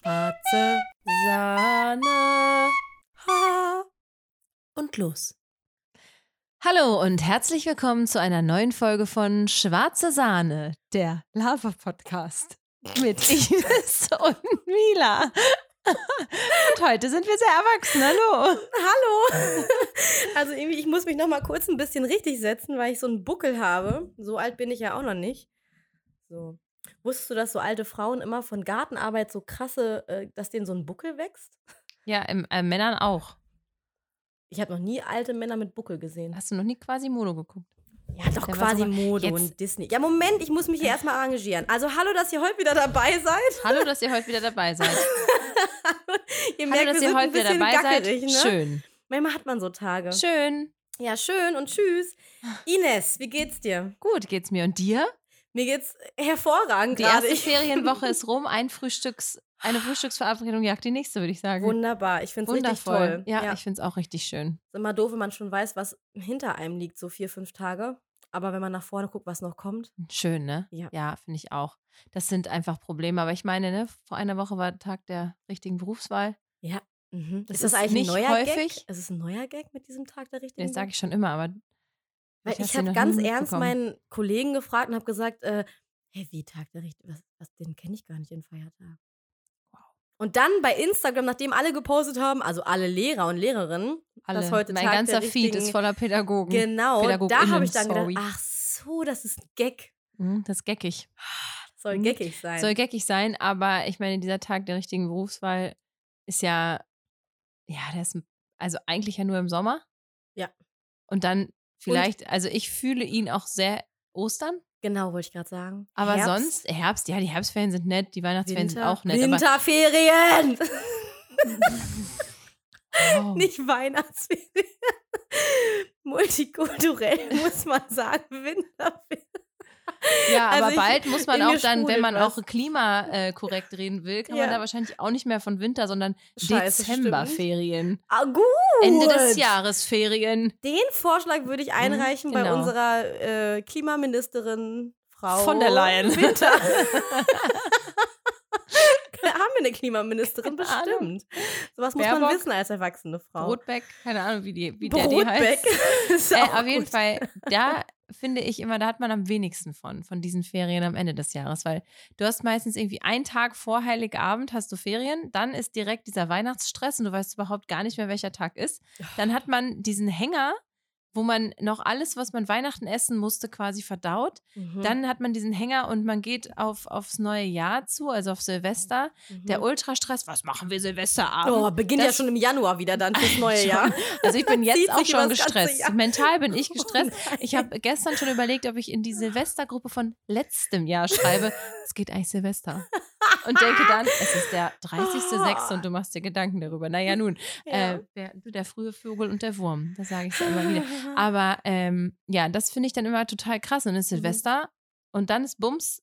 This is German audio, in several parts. Schwarze Sahne. Ha. Und los. Hallo und herzlich willkommen zu einer neuen Folge von Schwarze Sahne, der Lava-Podcast mit Ines und Mila. Und heute sind wir sehr erwachsen. Hallo. Hallo. Also irgendwie, ich muss mich noch mal kurz ein bisschen richtig setzen, weil ich so einen Buckel habe. So alt bin ich ja auch noch nicht. So. Wusstest du, dass so alte Frauen immer von Gartenarbeit so krasse, äh, dass denen so ein Buckel wächst? Ja, im, äh, Männern auch. Ich habe noch nie alte Männer mit Buckel gesehen. Hast du noch nie quasi Mono geguckt? Ja, doch Der war quasi sogar- Mode Jetzt- Äh. und Disney. Ja, Moment, ich muss mich hier erstmal arrangieren. Also hallo, dass ihr heute wieder dabei seid. Hallo, dass ihr heute wieder dabei seid. Ihr Hallo, merkt, dass wir ihr sind ein heute wieder bisschen dabei gackerig, seid. ne? Schön. Manchmal hat man so Tage. Schön. Ah. Ja, schön und tschüss. Ines, wie geht's dir? Gut geht's mir. Und dir? Mir geht's hervorragend Die gerade. erste Ich- Ferienwoche ist rum. Ein Frühstücks, eine Frühstücksverabredung jagt die nächste, würde ich sagen. Wunderbar, ich find's richtig Wundervoll. toll. Ja, ich finde es auch richtig schön. Ist immer doof, wenn man schon weiß, was hinter einem liegt, so vier, fünf Tage. Aber wenn man nach vorne guckt, was noch kommt. Schön, ne? Ja. finde ich auch. Das sind einfach Probleme. Aber ich meine, ne, vor einer Woche war Tag der richtigen Berufswahl. Mhm. Ist das nicht häufig? Gag? Es ist ein neuer Gag mit diesem Tag der richtigen Den sage Wahl? ich schon immer, aber Mhm. Weil vielleicht hast ich du ihn habe noch ganz nie ernst mitbekommen. meinen Kollegen gefragt und habe gesagt, äh, hey, wie Tag der richtigen, was, was, den kenne ich gar nicht, den Feiertag. Wow. Und dann bei Instagram, nachdem alle gepostet haben, also alle Lehrer und Lehrerinnen, alle. dass heute mein Tag ganzer der Feed ist richtigen- voller Pädagogen. genau, da PädagogInnen, habe ich dann sorry. gedacht, ach so, das ist ein Gag. Hm, Das ist geckig. Soll Mhm. geckig sein. Soll geckig sein, aber ich meine, dieser Tag der richtigen Berufswahl ist ja, ja, der ist also eigentlich ja nur im Sommer. Ja. Und dann vielleicht, also ich fühle ihn auch sehr Ostern. genau, wollte ich gerade sagen. Aber Herbst, sonst, Herbst, ja, die Herbstferien sind nett, die Weihnachtsferien sind Winter- auch nett. Winterferien! Aber, wow. Nicht Weihnachtsferien. Multikulturell muss man sagen, Winterferien. ja, also aber ich- bald muss man in mir auch dann, wenn sprudelt man was. auch klimakorrekt reden will, kann man Ja. da wahrscheinlich auch nicht mehr von Winter, sondern Scheiße, Dezemberferien. Ah, gut! Ende des Jahresferien. Den Vorschlag würde ich einreichen bei genau. unserer äh, Klimaministerin Frau Von der Leyen. Winter. Haben wir eine Klimaministerin Keine Ahnung. bestimmt. Sowas muss man Baerbock. wissen als erwachsene Frau. Brotbeck, keine Ahnung, wie, die, wie der die Brotbeck. heißt. Ist Äh, auch auf jeden gut. Fall, da finde ich immer, da hat man am wenigsten von, von diesen Ferien am Ende des Jahres, weil du hast meistens irgendwie einen Tag vor Heiligabend hast du Ferien, dann ist direkt dieser Weihnachtsstress und du weißt überhaupt gar nicht mehr, welcher Tag ist. Dann hat man diesen Hänger, wo man noch alles, was man Weihnachten essen musste, quasi verdaut. Mhm. Dann hat man diesen Hänger und man geht auf, aufs neue Jahr zu, also auf Silvester. Mhm. Der Ultrastress, was machen wir Silvesterabend? Oh, beginnt ja Das- schon im Januar wieder dann fürs neue Schon. Jahr. Also ich bin Zieht jetzt auch sich über schon das ganze gestresst. Jahr. Mental bin ich Oh gestresst. nein. Ich habe gestern schon überlegt, ob ich in die Silvestergruppe von letztem Jahr schreibe. Es geht eigentlich Silvester. Und denke dann, es ist der 30.06. und du machst dir Gedanken darüber. Naja, nun, Ja. äh, der, du, der frühe Vogel und der Wurm, das sage ich dir immer wieder. Aber ähm, ja, das finde ich dann immer total krass. Und dann ist Mhm. Silvester und dann ist Bums,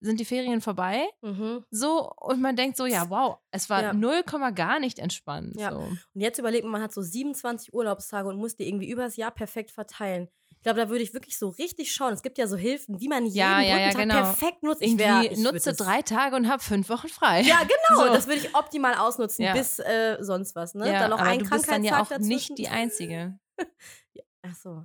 sind die Ferien vorbei. Mhm. So, und man denkt so, ja, wow, es war Ja. null Komma gar nicht entspannt. Ja. So. Und jetzt überlegt man, man hat so 27 Urlaubstage und muss die irgendwie übers Jahr perfekt verteilen. Ich glaube, da würde ich wirklich so richtig schauen. Es gibt ja so Hilfen, wie man jeden Ja, ja, ja, Brückentag genau. perfekt nutzt. Ich Irgendwie wär- ich würd nutze das- drei Tage und habe fünf Wochen frei. Ja, genau. So. Das würde ich optimal ausnutzen, Ja. bis äh, sonst was. Ne? Ja, dann noch aber ein du bist dann ja auch Krankheitstag dazwischen. nicht die Einzige. Ach so.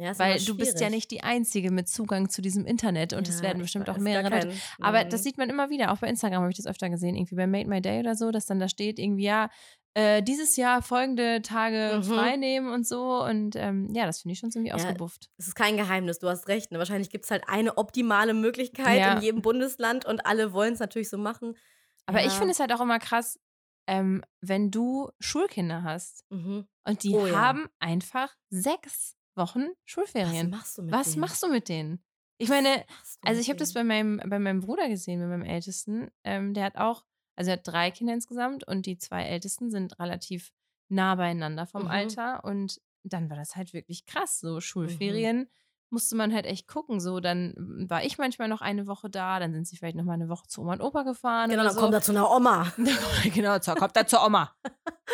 Ja, ist Weil immer du bist ja schwierig. nicht die Einzige mit Zugang zu diesem Internet und es Ja, werden ich bestimmt weiß, auch gar mehrere Leute. kein- Aber Mhm. das sieht man immer wieder, auch bei Instagram habe ich das öfter gesehen, irgendwie bei Made My Day oder so, dass dann da steht irgendwie, ja, äh, dieses Jahr folgende Tage Mhm. frei nehmen und so. Und ähm, ja, das finde ich schon ziemlich Ja, ausgebufft. Es ist kein Geheimnis, du hast recht. Ne? Wahrscheinlich gibt es halt eine optimale Möglichkeit Ja. in jedem Bundesland und alle wollen es natürlich so machen. Aber ich ja. finde es halt auch immer krass, ähm, wenn du Schulkinder hast Mhm. und die Oh ja. haben einfach sechs Wochen Was Schulferien. machst du mit Was denen? machst du mit denen? Ich meine, machst du Also mit ich habe das denen? bei meinem, bei meinem Bruder gesehen, bei meinem Ältesten. Ähm, der hat auch, also er hat drei Kinder insgesamt und die zwei Ältesten sind relativ nah beieinander vom Mhm. Alter. Und dann war das halt wirklich krass. So Schulferien musste man halt echt gucken. So, dann mm, war ich manchmal noch eine Woche da, dann sind sie vielleicht noch mal eine Woche zu Oma und Opa gefahren. Genau, oder dann so. kommt da zu einer Oma. genau, zur, kommt er zur Oma.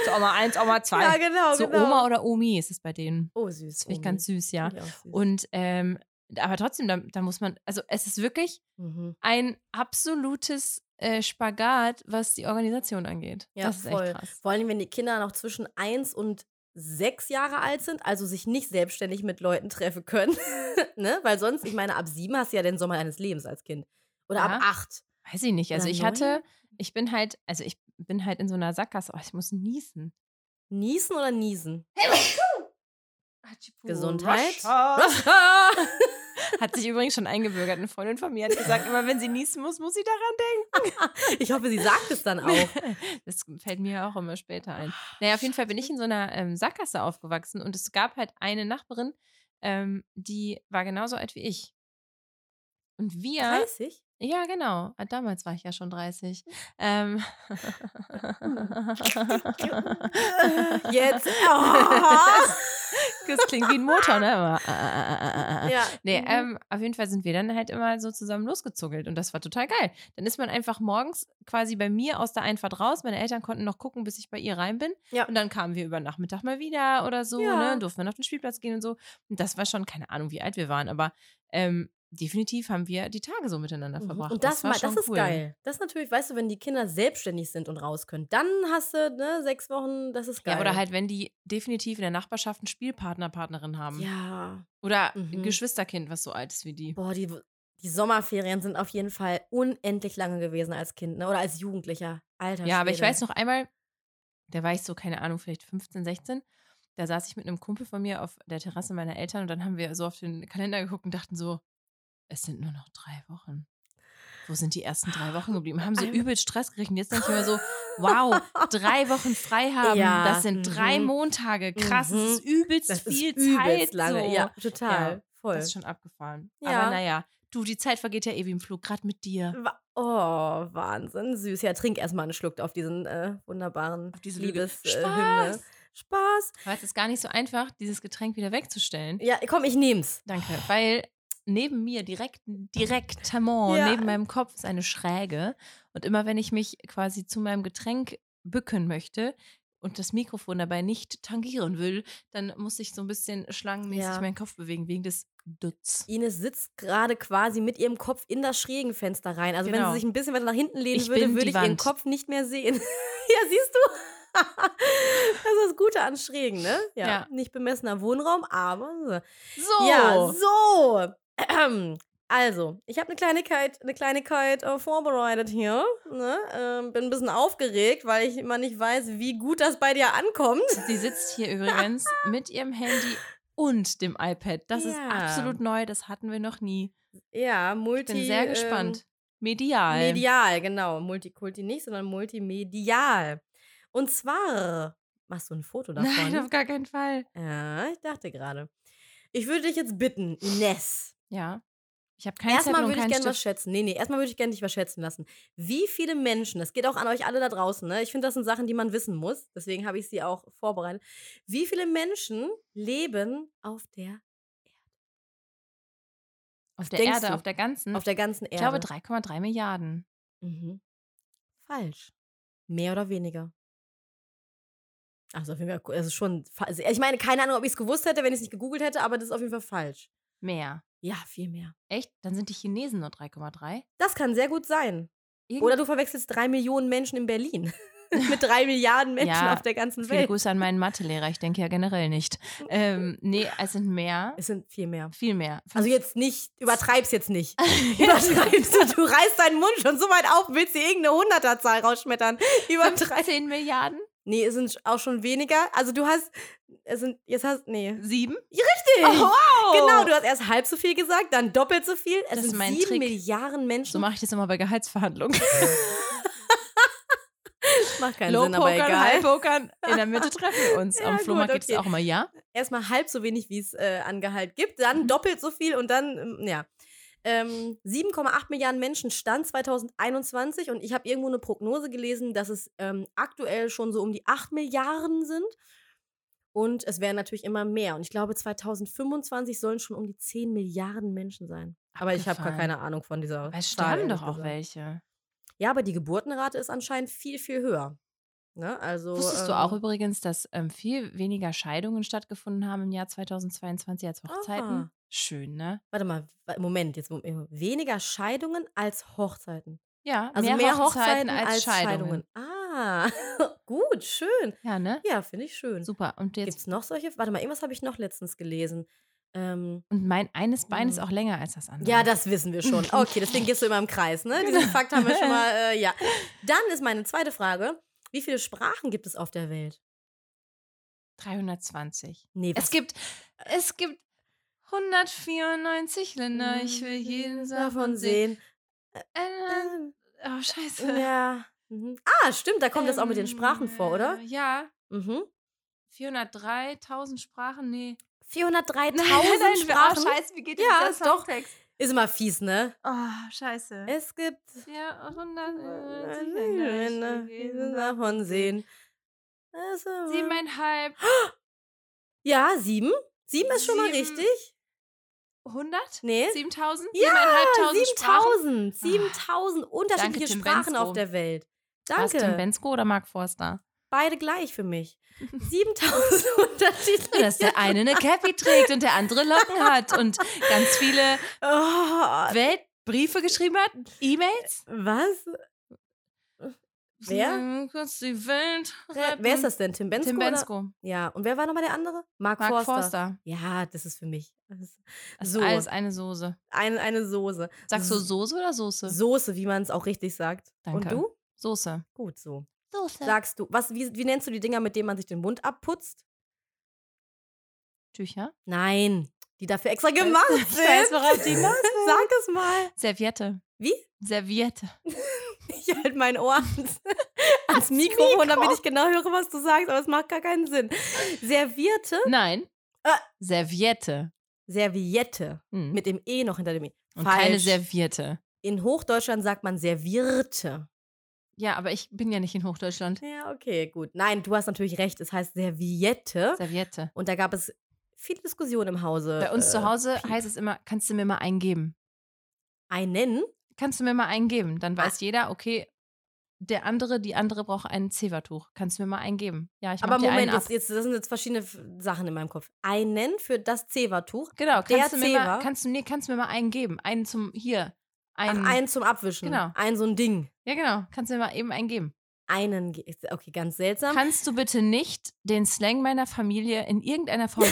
Zur Oma 1, Oma 2. Ja, genau. zu genau. Oma oder Omi ist es bei denen. Oh, süß. Das finde ich Omi. ganz süß, ja. Finde ich auch süß. Und ähm, Aber trotzdem, da, da muss man, also es ist wirklich Mhm. ein absolutes äh, Spagat, was die Organisation angeht. Ja, das ist voll. echt krass. Vor allem, wenn die Kinder noch zwischen 1 und 6 Jahre alt sind, also sich nicht selbstständig mit Leuten treffen können. ne? Weil sonst, ich meine, ab 7 hast du ja den Sommer deines Lebens als Kind. Oder ab Ja. 8. Weiß ich nicht. Also Oder ich neun? hatte, ich bin halt, also ich bin halt in so einer Sackgasse. Oh, ich muss niesen. Niesen oder niesen? Oh, Gesundheit. Hat sich übrigens schon eingebürgert. Eine Freundin von mir hat gesagt, immer wenn sie niesen muss, muss sie daran Ich hoffe, sie sagt es dann auch. denken. Das fällt mir auch immer später ein. Naja, auf jeden Fall bin ich in so einer ähm, Sackgasse aufgewachsen und es gab halt eine Nachbarin, ähm, die war genauso alt wie ich. Und wir. 30? Ja, genau. Ah, Damals war ich ja schon 30. Ähm. Jetzt. Oh. Das klingt wie ein Motor, ne? Immer, ah, ah, ah, ah, ah. ja. Nee, Mhm. ähm, auf jeden Fall sind wir dann halt immer so zusammen losgezuckelt und das war total geil. Dann ist man einfach morgens quasi bei mir aus der Einfahrt raus. Meine Eltern konnten noch gucken, bis ich bei ihr rein bin. Ja. Und dann kamen wir über Nachmittag mal wieder oder so, Ja. ne? Und durften wir auf den Spielplatz gehen und so. Und das war schon, keine Ahnung, wie alt wir waren, aber ähm, definitiv haben wir die Tage so miteinander Mhm. verbracht. Und das, war ma- das schon ist cool. geil. Das ist natürlich, weißt du, wenn die Kinder selbstständig sind und raus können, dann hast du ne, sechs Wochen, das ist geil. Ja, oder halt, wenn die definitiv in der Nachbarschaft einen Spielpartner, Partnerin haben. Ja, Oder ein Mhm. Geschwisterkind, was so alt ist wie die. boah, die, die Sommerferien sind auf jeden Fall unendlich lange gewesen als Kind ne? oder als Jugendlicher. Alter Ja, aber ich Schwede. weiß noch einmal, da war ich so, keine Ahnung, vielleicht 15, 16. Da saß ich mit einem Kumpel von mir auf der Terrasse meiner Eltern und dann haben wir so auf den Kalender geguckt und dachten so, es sind nur noch drei Wochen. Wo sind die ersten drei Wochen geblieben? Haben so Einmal- übel Stress gekriegt. Und jetzt denke ich mir so, wow, drei Wochen frei haben, Ja, das sind drei mhm. Montage. Krass, Mhm. das ist übelst das viel ist übelst Zeit. lange. So. Ja, total. Ja, voll. Das ist schon abgefahren. Ja. Mhm. Aber naja, du, die Zeit vergeht ja eh wie im Flug, gerade mit dir. Wa- Oh, Wahnsinn, süß. Ja, trink erstmal einen Schluck auf diesen äh, wunderbaren Auf diese Lüge. Liebes äh, Hymne. Spaß. Aber es ist gar nicht so einfach, dieses Getränk wieder wegzustellen. Ja, komm, ich nehm's. Danke, weil neben mir direkt, direkt Tamon, Ja. neben meinem Kopf ist eine Schräge und immer wenn ich mich quasi zu meinem Getränk bücken möchte und das Mikrofon dabei nicht tangieren will, dann muss ich so ein bisschen schlangenmäßig Ja. meinen Kopf bewegen wegen des Dutz. Ines sitzt gerade quasi mit ihrem Kopf in das Schrägenfenster rein. Also wenn Genau. sie sich ein bisschen weiter nach hinten lehnen Ich würde, bin würde die ich ihren Wand. Kopf nicht mehr sehen. ja, siehst du? das ist das Gute an Schrägen, ne? Ja. Ja. Nicht bemessener Wohnraum, aber. So. Ja, so. Ahem. Also, ich habe eine Kleinigkeit, eine Kleinigkeit äh, vorbereitet hier. Ne? Ähm, bin ein bisschen aufgeregt, weil ich immer nicht weiß, wie gut das bei dir ankommt. Sie sitzt hier übrigens mit ihrem Handy und dem iPad. Das ist Ja. absolut neu, das hatten wir noch nie. Ja, Ich Multi. bin sehr ähm, gespannt. Medial. Medial, genau. Multikulti nicht, sondern multimedial. Und zwar, machst du ein Foto davon? Nein, auf gar keinen Fall. ja, ich dachte gerade. Ich würde dich jetzt bitten, Ines. Ja. Ich habe keinen Erstmal Zettel und würde ich keinen gerne was Stift. schätzen. Nee, nee, erstmal würde ich gerne dich was schätzen lassen. Wie viele Menschen, das geht auch an euch alle da draußen, ne? Ich finde, das sind Sachen, die man wissen muss. Deswegen habe ich sie auch vorbereitet. Wie viele Menschen leben auf der, Auf der denkst Erde, du? auf der ganzen. auf der ganzen Hm. ich Erde? glaube 3,3 Milliarden. Mhm. Falsch. Mehr oder weniger. Also auf jeden Fall, also schon, fa- also ich meine, keine Ahnung, ob ich es gewusst hätte, wenn ich es nicht gegoogelt hätte, aber das ist auf jeden Fall falsch. Mehr. Ja, viel mehr. Echt? Dann sind die Chinesen nur 3,3? Das kann sehr gut sein. Irgend- Oder du verwechselst drei Millionen Menschen in Berlin mit drei Milliarden Menschen Ja, auf der ganzen Viele Welt. Grüße an meinen Mathelehrer. Ich denke ja generell nicht. Ähm, nee, es sind mehr. Es sind viel mehr. Viel mehr. Also jetzt nicht, übertreib's jetzt nicht. Übertreibst du, du reißt deinen Mund schon so weit auf, willst dir irgendeine Hunderterzahl rausschmettern. Übertreib. 13 Milliarden? Nee, es sind auch schon weniger. Also du hast, es sind, jetzt hast, nee. Sieben? Oh, Richtig! wow! Genau, du hast erst halb so viel gesagt, dann doppelt so viel. Es Das ist sind mein sieben Trick. Milliarden so Menschen. mache ich das immer bei Gehaltsverhandlungen. macht keinen Low Sinn, aber Pokern, High egal. Pokern. In der Mitte treffen wir uns. Ja, Am gut, Flohmarkt gibt es okay. auch immer, ja? Erstmal halb so wenig, wie es äh, an Gehalt gibt, Mhm. dann doppelt so viel und dann, ähm, ja. Ähm, 7,8 Milliarden Menschen stand 2021 und ich habe irgendwo eine Prognose gelesen, dass es ähm, aktuell schon so um die 8 Milliarden sind und es werden natürlich immer mehr und ich glaube 2025 sollen schon um die 10 Milliarden Menschen sein. Aber ich habe gar Abgefahren. keine Ahnung von dieser Aber es Zahl, sterben ehrlich doch auch gesagt. welche. Ja, aber die Geburtenrate ist anscheinend viel, viel höher. Ne? Also, Wusstest ähm, du auch übrigens, dass ähm, viel weniger Scheidungen stattgefunden haben im Jahr 2022 als Hochzeiten? Aha. Schön, ne? Warte mal, wa- Moment, jetzt Moment. weniger Scheidungen als Hochzeiten. Ja, Also mehr, Hochzeiten, als, Scheidungen. Ah, gut, schön. Ja, ne? Ja, finde ich schön. Super. Und Gibt jetzt es noch solche? Warte mal, irgendwas habe ich noch letztens gelesen. Ähm, und mein eines Bein ist Hm. auch länger als das andere. ja, das wissen wir schon. Okay, deswegen gehst du immer im Kreis, ne? Diesen Fakt haben wir schon mal, äh, ja. Dann ist meine zweite Frage, wie viele Sprachen gibt es auf der Welt? 320. Nee, Es gibt es gibt 194 Länder. Ich will jeden davon sehen. Äh, Ähm, Oh, scheiße. Ja. Mhm. Ah, stimmt, da kommt das auch mit den Ähm, Sprachen vor, oder? Ja. Mhm. 403.000 Sprachen? Nee. 403.000 Oh, Sprachen. scheiße, wie geht denn Ja, dieser ist doch- Songtext? Ist immer fies, ne? Oh, scheiße. Es gibt ja, 190 Länder. Ich will jeden Länder davon sehen. Es ist- Siebeneinhalb. Ja, sieben. Sieben ist schon mal Sieben. richtig. Hundert? Nee. Siebentausend? Ja, Siebeneinhalbtausend Sprachen? Ah. 7000. 7000 unterschiedliche Tim Sprachen Bensko. auf der Welt. War's Tim Danke. Bensko oder Mark Forster? Beide gleich für mich. 7000 unterschiedliche. Dass der eine eine Cappy trägt und der andere Locken hat und ganz viele Oh, Weltbriefe geschrieben hat, E-Mails. was? Wer? Hm, Kurz die Welt Wer, wer ist das denn? Tim Bensko? Tim oder- Bensko. Ja, und wer war nochmal der andere? Mark, Mark Forster. Forster. Ja, das ist für mich. Das ist Das So. ist alles eine Soße. eine, eine Soße. Sagst du S- Soße oder Soße? Soße, wie man es auch richtig sagt. Und Danke. du? Soße. Gut so. Soße. Sagst du, was, wie, wie nennst du die Dinger, mit denen man sich den Mund abputzt? Tücher. Nein, die dafür extra gemacht sind. Ich weiß, worauf die hinaus will. Sag es mal. Serviette. Wie? Serviette. Ich halte mein Ohr ans, ans Mikrofon, damit ich genau höre, was du sagst, aber es macht gar keinen Sinn. Servierte, Nein. Äh. Serviette. Serviette. Hm. Mit dem E noch hinter dem E. Und Falsch. keine Serviette. In Hochdeutschland sagt man Servierte. Ja, aber ich bin ja nicht in Hochdeutschland. Ja, okay, gut. Nein, du hast natürlich recht. Es heißt Serviette. Serviette. Und da gab es viele Diskussionen im Hause. Bei uns äh, zu Hause Piep. heißt es immer, kannst du mir mal eingeben. Einen? Kannst du mir mal eingeben. Dann Ah. weiß jeder, okay, der andere, die andere braucht ein Zevertuch. Kannst du mir mal eingeben. Ja, ich mach Aber dir Moment, einen ab. jetzt, jetzt, das sind jetzt verschiedene F- Sachen in meinem Kopf. Einen für das Zewa-Tuch. Genau, der kannst du, mir mal, Zever? kannst, du, nee, kannst du mir mal einen geben. Einen zum, hier. Ach, Einen, einen zum Abwischen. Genau. Ein so ein Ding. Ja, genau. Kannst du mir mal eben einen geben. Einen. ge- ist- Okay, ganz seltsam. Kannst du bitte nicht den Slang meiner Familie in irgendeiner Form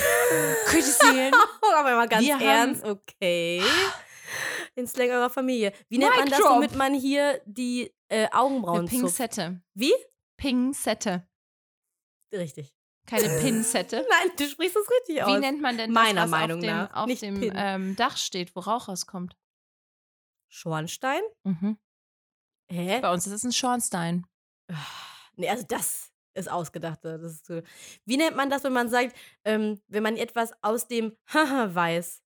kritisieren? Oh, aber mal ganz Wir haben- ernst. Okay. Den Slang eurer Familie. Wie nennt Mic man das, drop. womit man hier die äh, Eine Augenbrauen zupft? Pinzette. Wie? Pinzette. Richtig. Äh. Keine Pinzette. Nein, du sprichst es richtig Wie aus. nennt man denn Meiner das, was Meinung auf dem, nach. auf Nicht dem Pin. ähm, Dach steht, wo Rauch rauskommt? Mhm. Schornstein? Hä? Bei uns ist es ein Schornstein. Nee, also das ist ausgedacht. äh, Das ist so. Wie nennt man das, wenn man sagt, ähm, wenn man etwas aus dem Haha weiß?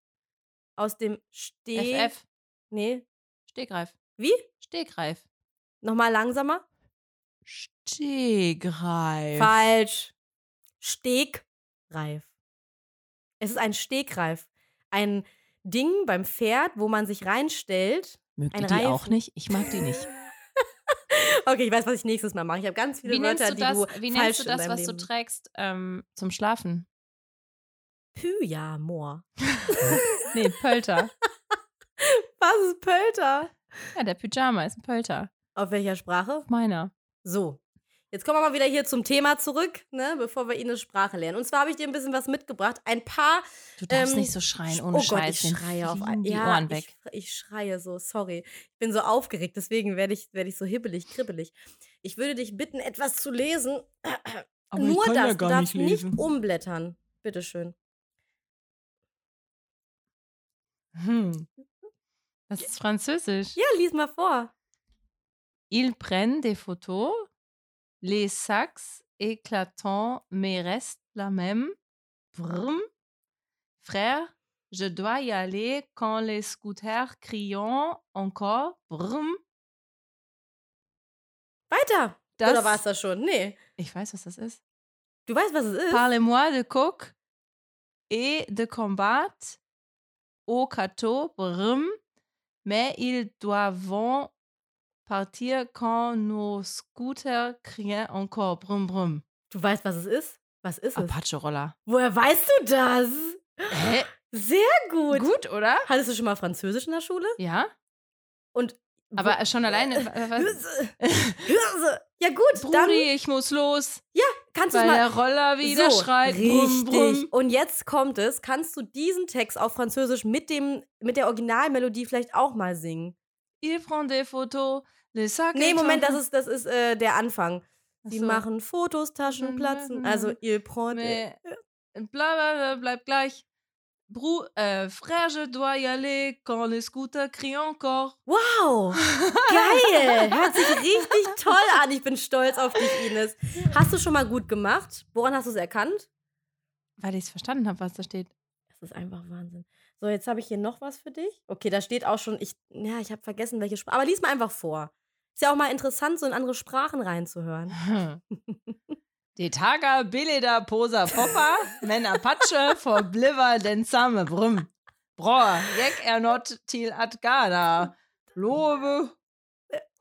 Aus dem ne, Steh. FF. Nee. Stegreif. E Wie? Stegreif. Nochmal langsamer? Stegreif. Falsch. Stegreif. Es ist ein Stegreif. Ein Ding beim Pferd, wo man sich reinstellt. Mögt ihr Ein die Reifen. auch nicht? Ich mag die nicht. Okay, ich weiß, was ich nächstes Mal mache. Ich habe ganz viele Wie nennst Wörter, du das, die du wie falsch nennst du in das deinem was Leben. du trägst ähm, zum Schlafen? Pyamor. Nee, Pölter. Was ist Pölter? ja, der Pyjama ist ein Pölter. Auf welcher Sprache? Meiner. So, jetzt kommen wir mal wieder hier zum Thema zurück, ne, bevor wir Ihnen eine Sprache lernen. Und zwar habe ich dir ein bisschen was mitgebracht. Ein paar. Du darfst Ähm, nicht so schreien Sch- ohne oh Gott, Scheiß. ich denen schreie auf fliegen ein, die ja, Ohren weg. Ich, ich schreie so, sorry. Ich bin so aufgeregt, deswegen werde ich, werde ich so hibbelig, kribbelig. Ich würde dich bitten, etwas zu lesen. Nur das, du darfst nicht, um umblättern. Bitteschön. Hm. Das ist Französisch. Ja, lies mal vor. Ils prennent des photos, les sacs éclatants mais reste la même. Vroom. Frère, je dois y aller quand les scooters crient encore. Vroom. Weiter. Das, Oder war es das schon? Nee. Ich weiß, was das ist. Du weißt, was es ist. Parlez-moi de coke et de combat au cateau, brum, mais ils doivent partir quand nos scooters crient encore, brum, brum. du weißt, was es ist? Was ist es? Apache-Roller. Woher weißt du das? Hä? Sehr gut. Gut, oder? Hattest du schon mal Französisch in der Schule? Ja. Und Aber schon alleine. was- ja gut, Äh, dann Brudi, ich muss los, kannst du weil mal der Roller wieder so, schreit. Brumm, Richtig. brumm. Und jetzt kommt es, kannst du diesen Text auf Französisch mit dem mit der Originalmelodie vielleicht auch mal singen? Il prend des photos, le sac Nee, est Moment, das en- ist das ist äh, der Anfang. Sie Achso. machen Fotos, Taschen Mhm, platzen, mhm. also ihr prend Mais, äh, bla bla bla, bleibt gleich. Brou, äh, frère, je dois y aller, quand le scooter crie encore. Wow! Geil! Hört sich richtig toll an. Ich bin stolz auf dich, Ines. Hast du schon mal gut gemacht? Woran hast du es erkannt? Weil ich es verstanden habe, was da steht. Das ist einfach Wahnsinn. So, jetzt habe ich hier noch was für dich. Okay, da steht auch schon, ich, ja, ich habe vergessen, welche Sprache. Aber lies mal einfach vor. Ist ja auch mal interessant, so in andere Sprachen reinzuhören. Die Taga, Beleda, Posa, Popper, Men Apache, Verbliver, den Same, Brumm. Bror, Jek Ernot, Til Atgada, Lobe,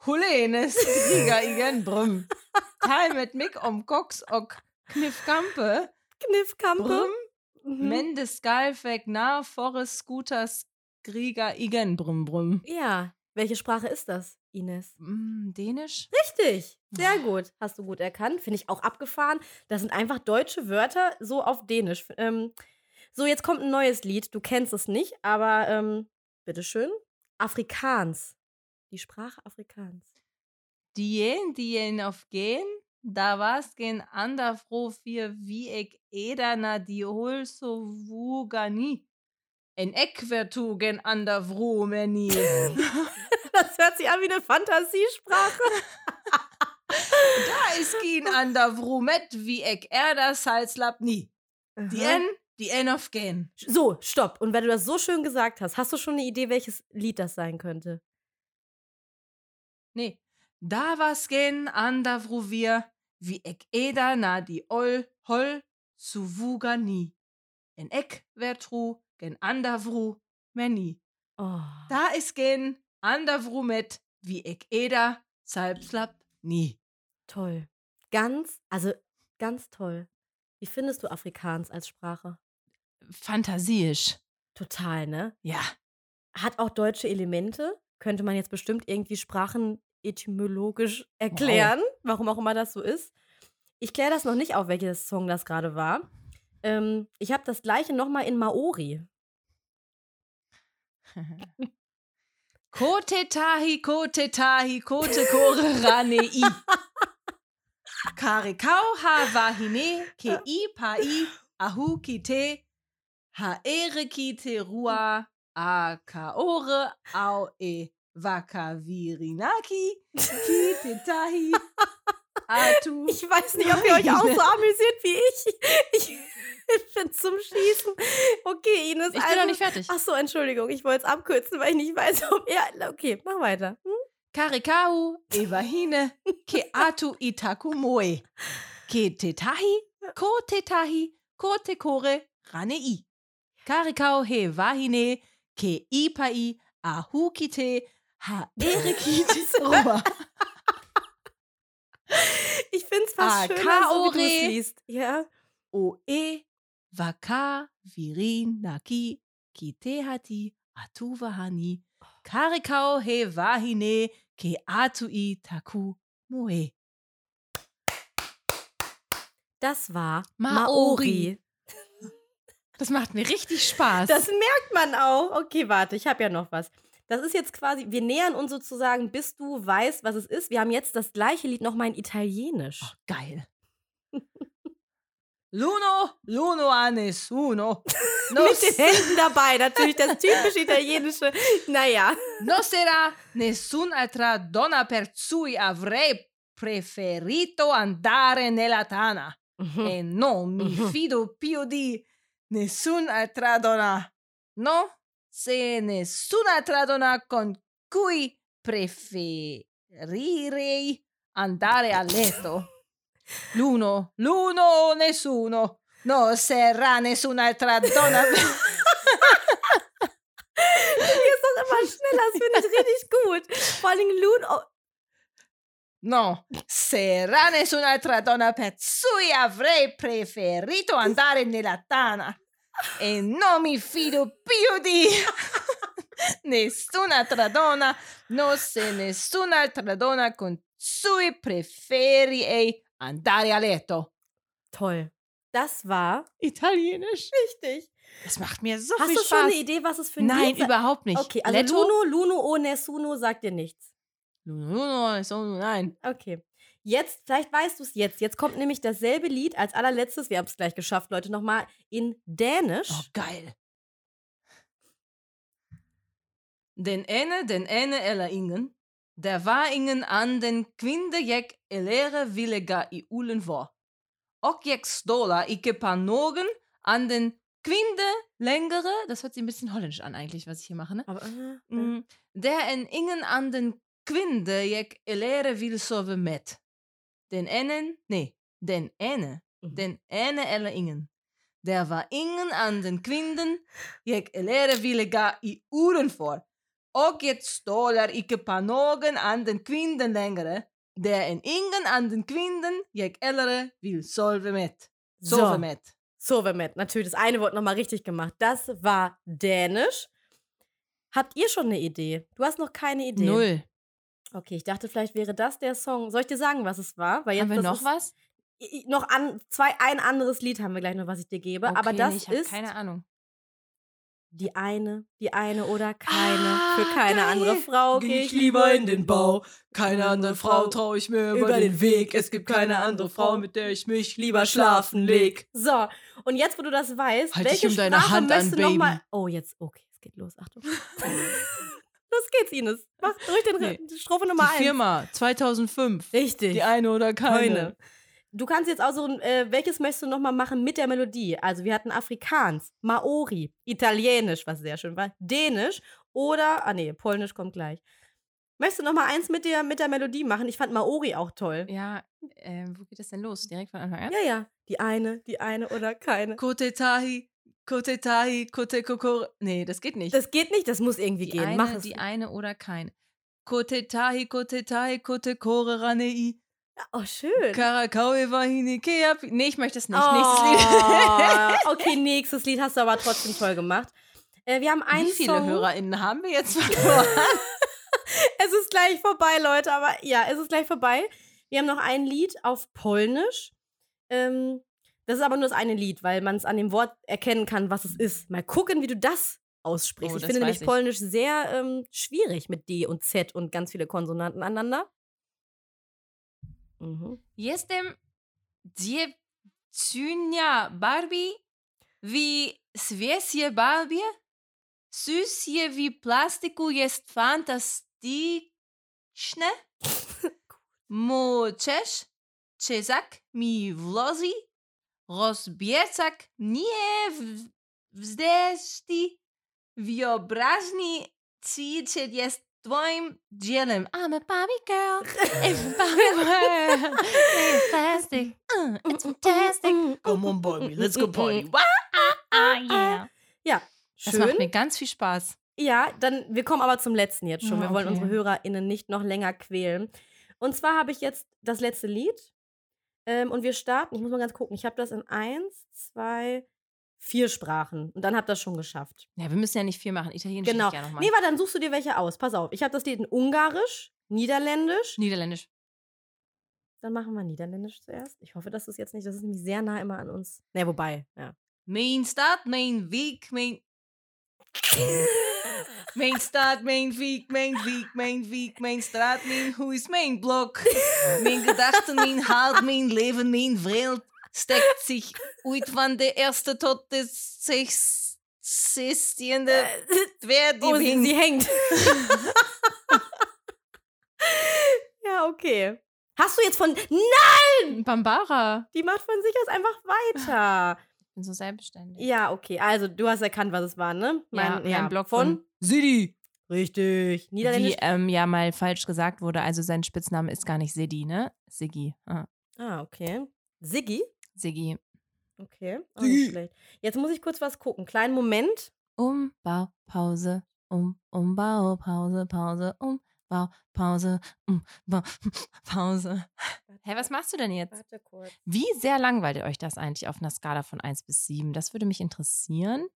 Hulenes, Krieger, Igen, Brumm. Teil mit Mick um Cox, Ok, Kniffkampe, Kniffkampe. Brumm, Mhm. Mendes, Galfek, Na, Forest, Scooters, Krieger, Igen, Brumm, Brumm. Ja, welche Sprache ist das, Ines? Mm, Dänisch? Richtig, sehr gut. Hast du gut erkannt. Finde ich auch abgefahren. Das sind einfach deutsche Wörter so auf Dänisch. Ähm, so, jetzt kommt ein neues Lied. Du kennst es nicht, aber ähm, bitteschön. Afrikaans. Die Sprache Afrikaans. Dien, dien auf gehen, da war's gen ander froh für wie ek edana die hol so wugani. En ek wer tu gen ander froh meni. Das hört sich an wie eine Fantasiesprache. da is gin ander froh met wie ek er das Hals lab nie. Dien, dien auf gehen. So, stopp. Und weil du das so schön gesagt hast, hast du schon eine Idee, welches Lied das sein könnte? Nee, da war's gen ander froh wir wie ek edana die ol hol so wugani. En ek wer tu gen ander froh meni. Oh. Da ist gen Andavrumet wie ek eder salbslapp nie. Toll. Ganz, also ganz toll. Wie findest du Afrikaans als Sprache? Fantasiisch. Total, ne? Ja. Hat auch deutsche Elemente. Könnte man jetzt bestimmt irgendwie Sprachen etymologisch erklären, warum auch immer das so ist. Ich kläre das noch nicht auf, welches Song das gerade war. Ähm, ich habe das gleiche nochmal in Maori. Kote tahi, kote tahi, kote kore rane i. Kare kau ha wahine ke i pa i ahu ki te ha ere ki te rua a kaore au e waka virinaki ki te tahi atu Ich weiß nicht, ob ihr euch auch so amüsiert wie ich. Ich bin zum Schießen. Okay, Ines. Ich bin also, noch nicht fertig. Ach so, Entschuldigung, ich wollte es abkürzen, weil ich nicht weiß, ob er. Okay, mach weiter. Hm? Karikau, Evahine, ke atu itakumoe. Ke te tahi, ko te tahi, ko te kore, rane i. Karikau he wahine, ke ipai, ahu ki te, ha ere ki te Also, roa. Ich finde es fast Ah, schöner, so wie du Kaori. es liest. Ja. O e, waka, virin, naki, ki te hati, atu wahani. Karikau he wahine, ke atu i taku moe. Das war Maori. Maori. Das macht mir richtig Spaß. Das merkt man auch. Okay, warte, ich habe ja noch was. Das ist jetzt quasi, wir nähern uns sozusagen, bis du weißt, was es ist. Wir haben jetzt das gleiche Lied nochmal in Italienisch. Oh, geil. Luno, Luno anes uno. Mit den Händen dabei, natürlich das typisch italienische. Naja. non sarà nessun altra donna per cui avrei preferito andare nella tana. Mm. E non mi Mhm. fido più di nessun'altra donna. No, se nessun'altra donna con cui preferirei andare a letto. L'uno, l'uno, nessuno. Non sarà nessun'altra donna. Hier ist das immer schneller, das finde ich richtig gut. Vor allem Luno. No, sarà nessun'altra donna per cui avrei preferito andare nella tana. Eh, Enomi fido più di nessuna altra donna, non se nessuna altra donna con cui preferi andare a letto. Toll. Das war Italienisch. richtig. Das macht mir so Hast viel du Spaß. schon eine Idee, was es für ein Nein, Lied sei? überhaupt nicht. Okay, also Letto? Luno, Luno, O, Nessuno sagt dir nichts. Luno, Luno, Sono, nein. Okay. Jetzt, vielleicht weißt du es jetzt. Jetzt kommt nämlich dasselbe Lied als allerletztes. Wir haben es gleich geschafft, Leute. Nochmal in Dänisch. Oh, geil. Den ene, den ene eller ingen, der var ingen anden kvinde jeg elere villega i ulen var. Och jeg stola icke par nogen an den kvinde längere, das hört sich ein bisschen holländisch an eigentlich, was ich hier mache, ne? Aber, äh, Mm, der en ingen an den kvinde jeg elere vil sove met. Den enen, nee, den ene, Mhm. den ene eller ingen. Der var ingen an den kvinden jeg elere ville ga i uren for. Og jeg stoler ikke på nogen an den kvinden længere. Der en ingen an den kvinden jeg elere vil sove met. Sove so. met. Sovemet, natürlich. Das eine Wort nochmal richtig gemacht. Das war Dänisch. Habt ihr schon eine Idee? Du hast noch keine Idee. Null. Okay, ich dachte, vielleicht wäre das der Song. Soll ich dir sagen, was es war? Weil jetzt Haben wir das noch ist, was? I- i- Noch an, zwei, ein anderes Lied haben wir gleich noch, was ich dir gebe. Aber nee, das ich hab ist keine Ahnung. die eine, die eine oder keine. Ah, Für keine geil. andere Frau Geh gehe ich lieber in den Bau. Keine andere Frau traue ich mir über den Weg. Es gibt keine andere Frau, mit der ich mich lieber schlafen leg. So, und jetzt, wo du das weißt, Halt dich welche um deine Sprache Hand an, möchtest du Baby. nochmal. Oh, jetzt, okay, es geht los. Achtung. los geht's, Ines. Mach durch den Nee. Strophe Nummer Die 1. Firma 2005. Richtig. Die eine oder keine. Keine. Du kannst jetzt aussuchen, äh, welches möchtest du nochmal machen mit der Melodie? Also, wir hatten Afrikaans, Maori, Italienisch, was sehr schön war, Dänisch oder, ah nee, Polnisch kommt gleich. Möchtest du nochmal eins mit der, mit der Melodie machen? Ich fand Maori auch toll. Ja, äh, wo geht das denn los? Direkt von Anfang an? Ja, ja. Die eine, die eine oder keine. Kote Tahi, Kote Tahi, Kote Kokor. Nee, das geht nicht. Das geht nicht, das muss irgendwie die gehen. eine, Mach es. die eine oder keine. Kote Tahi, Kote Tahi, Kote Kore Ranei. oh, schön. Karakaue Wahine Keapi. Nee, ich möchte das nicht. Nächstes Lied. Oh, okay, nächstes Lied hast du aber trotzdem toll gemacht. Äh, wir haben einen Wie viele Song. HörerInnen haben wir jetzt verloren? Es ist gleich vorbei, Leute, aber ja, es ist gleich vorbei. Wir haben noch ein Lied auf Polnisch. Ähm, das ist aber nur das eine Lied, weil man es an dem Wort erkennen kann, was es ist. Mal gucken, wie du das aussprichst. Oh, ich das finde nämlich weiß ich. Polnisch sehr ähm, schwierig mit D und Z und ganz viele Konsonanten aneinander. Mhm. Jestem dziewczynia Barbie, wie Svesje Barbie, süßje wie Plastiku jest fantastyczne, moczesz, czezak mi wlozi, rozbiecak nie w- wzdeszti, wyobraźni ci, czy jest twoim dzielem. I'm a E, Barbie girl. fantastic. it's fantastic. Come on, Barbie, let's go party. Wow. Ah, Das macht ah, Schön. mir ganz viel Spaß. Ja, dann wir kommen aber zum letzten jetzt schon. Ah, Wir wollen okay. unsere HörerInnen nicht noch länger quälen. Und zwar habe ich jetzt das letzte Lied. Ähm, und wir starten, ich muss mal ganz gucken, ich habe das in eins, zwei, vier Sprachen. Und dann habt ihr das schon geschafft. Ja, wir müssen ja nicht viel machen. Italienisch Genau. hätte ich ja nochmal. Nee, warte, dann suchst du dir welche aus. Pass auf. Ich habe das Lied in Ungarisch, Niederländisch. Niederländisch. Dann machen wir Niederländisch zuerst. Ich hoffe, dass du es jetzt nicht, das ist nämlich sehr nah immer an uns. Ne, wobei, ja. Mijn stad, mijn week, mijn... Mijn stad, mijn week, mijn week, mijn week, mijn straat, mijn huis, mijn blok. Mijn gedachten, mijn hart, mijn leven, mijn wereld steekt zich uit van de eerste tot de zes- zestiende Oh, sie, verdieping. Äh, sie hängt. ja, okay. Hast du jetzt von. Na, Bambara. die macht von sich aus einfach weiter. Ich bin so selbstständig. Ja, okay. Also, du hast erkannt, was es war, ne? Sidi. Richtig. Wie Niederländisch. ähm, ja mal falsch gesagt wurde, also sein Spitzname ist gar nicht Sidi, ne? Siggi. Ah, Ah, okay. Siggi. Siggi. Okay. Auch nicht Siggi. schlecht. Jetzt muss ich kurz was gucken. Kleinen Moment. Umbaupause. Um, Umbaupause, Pause, um, Bau, Pause, mm, Bau, Pause. Hey, was machst du denn jetzt? Warte kurz. Wie sehr langweilt euch das eigentlich auf einer Skala von 1 bis 7? Das würde mich interessieren.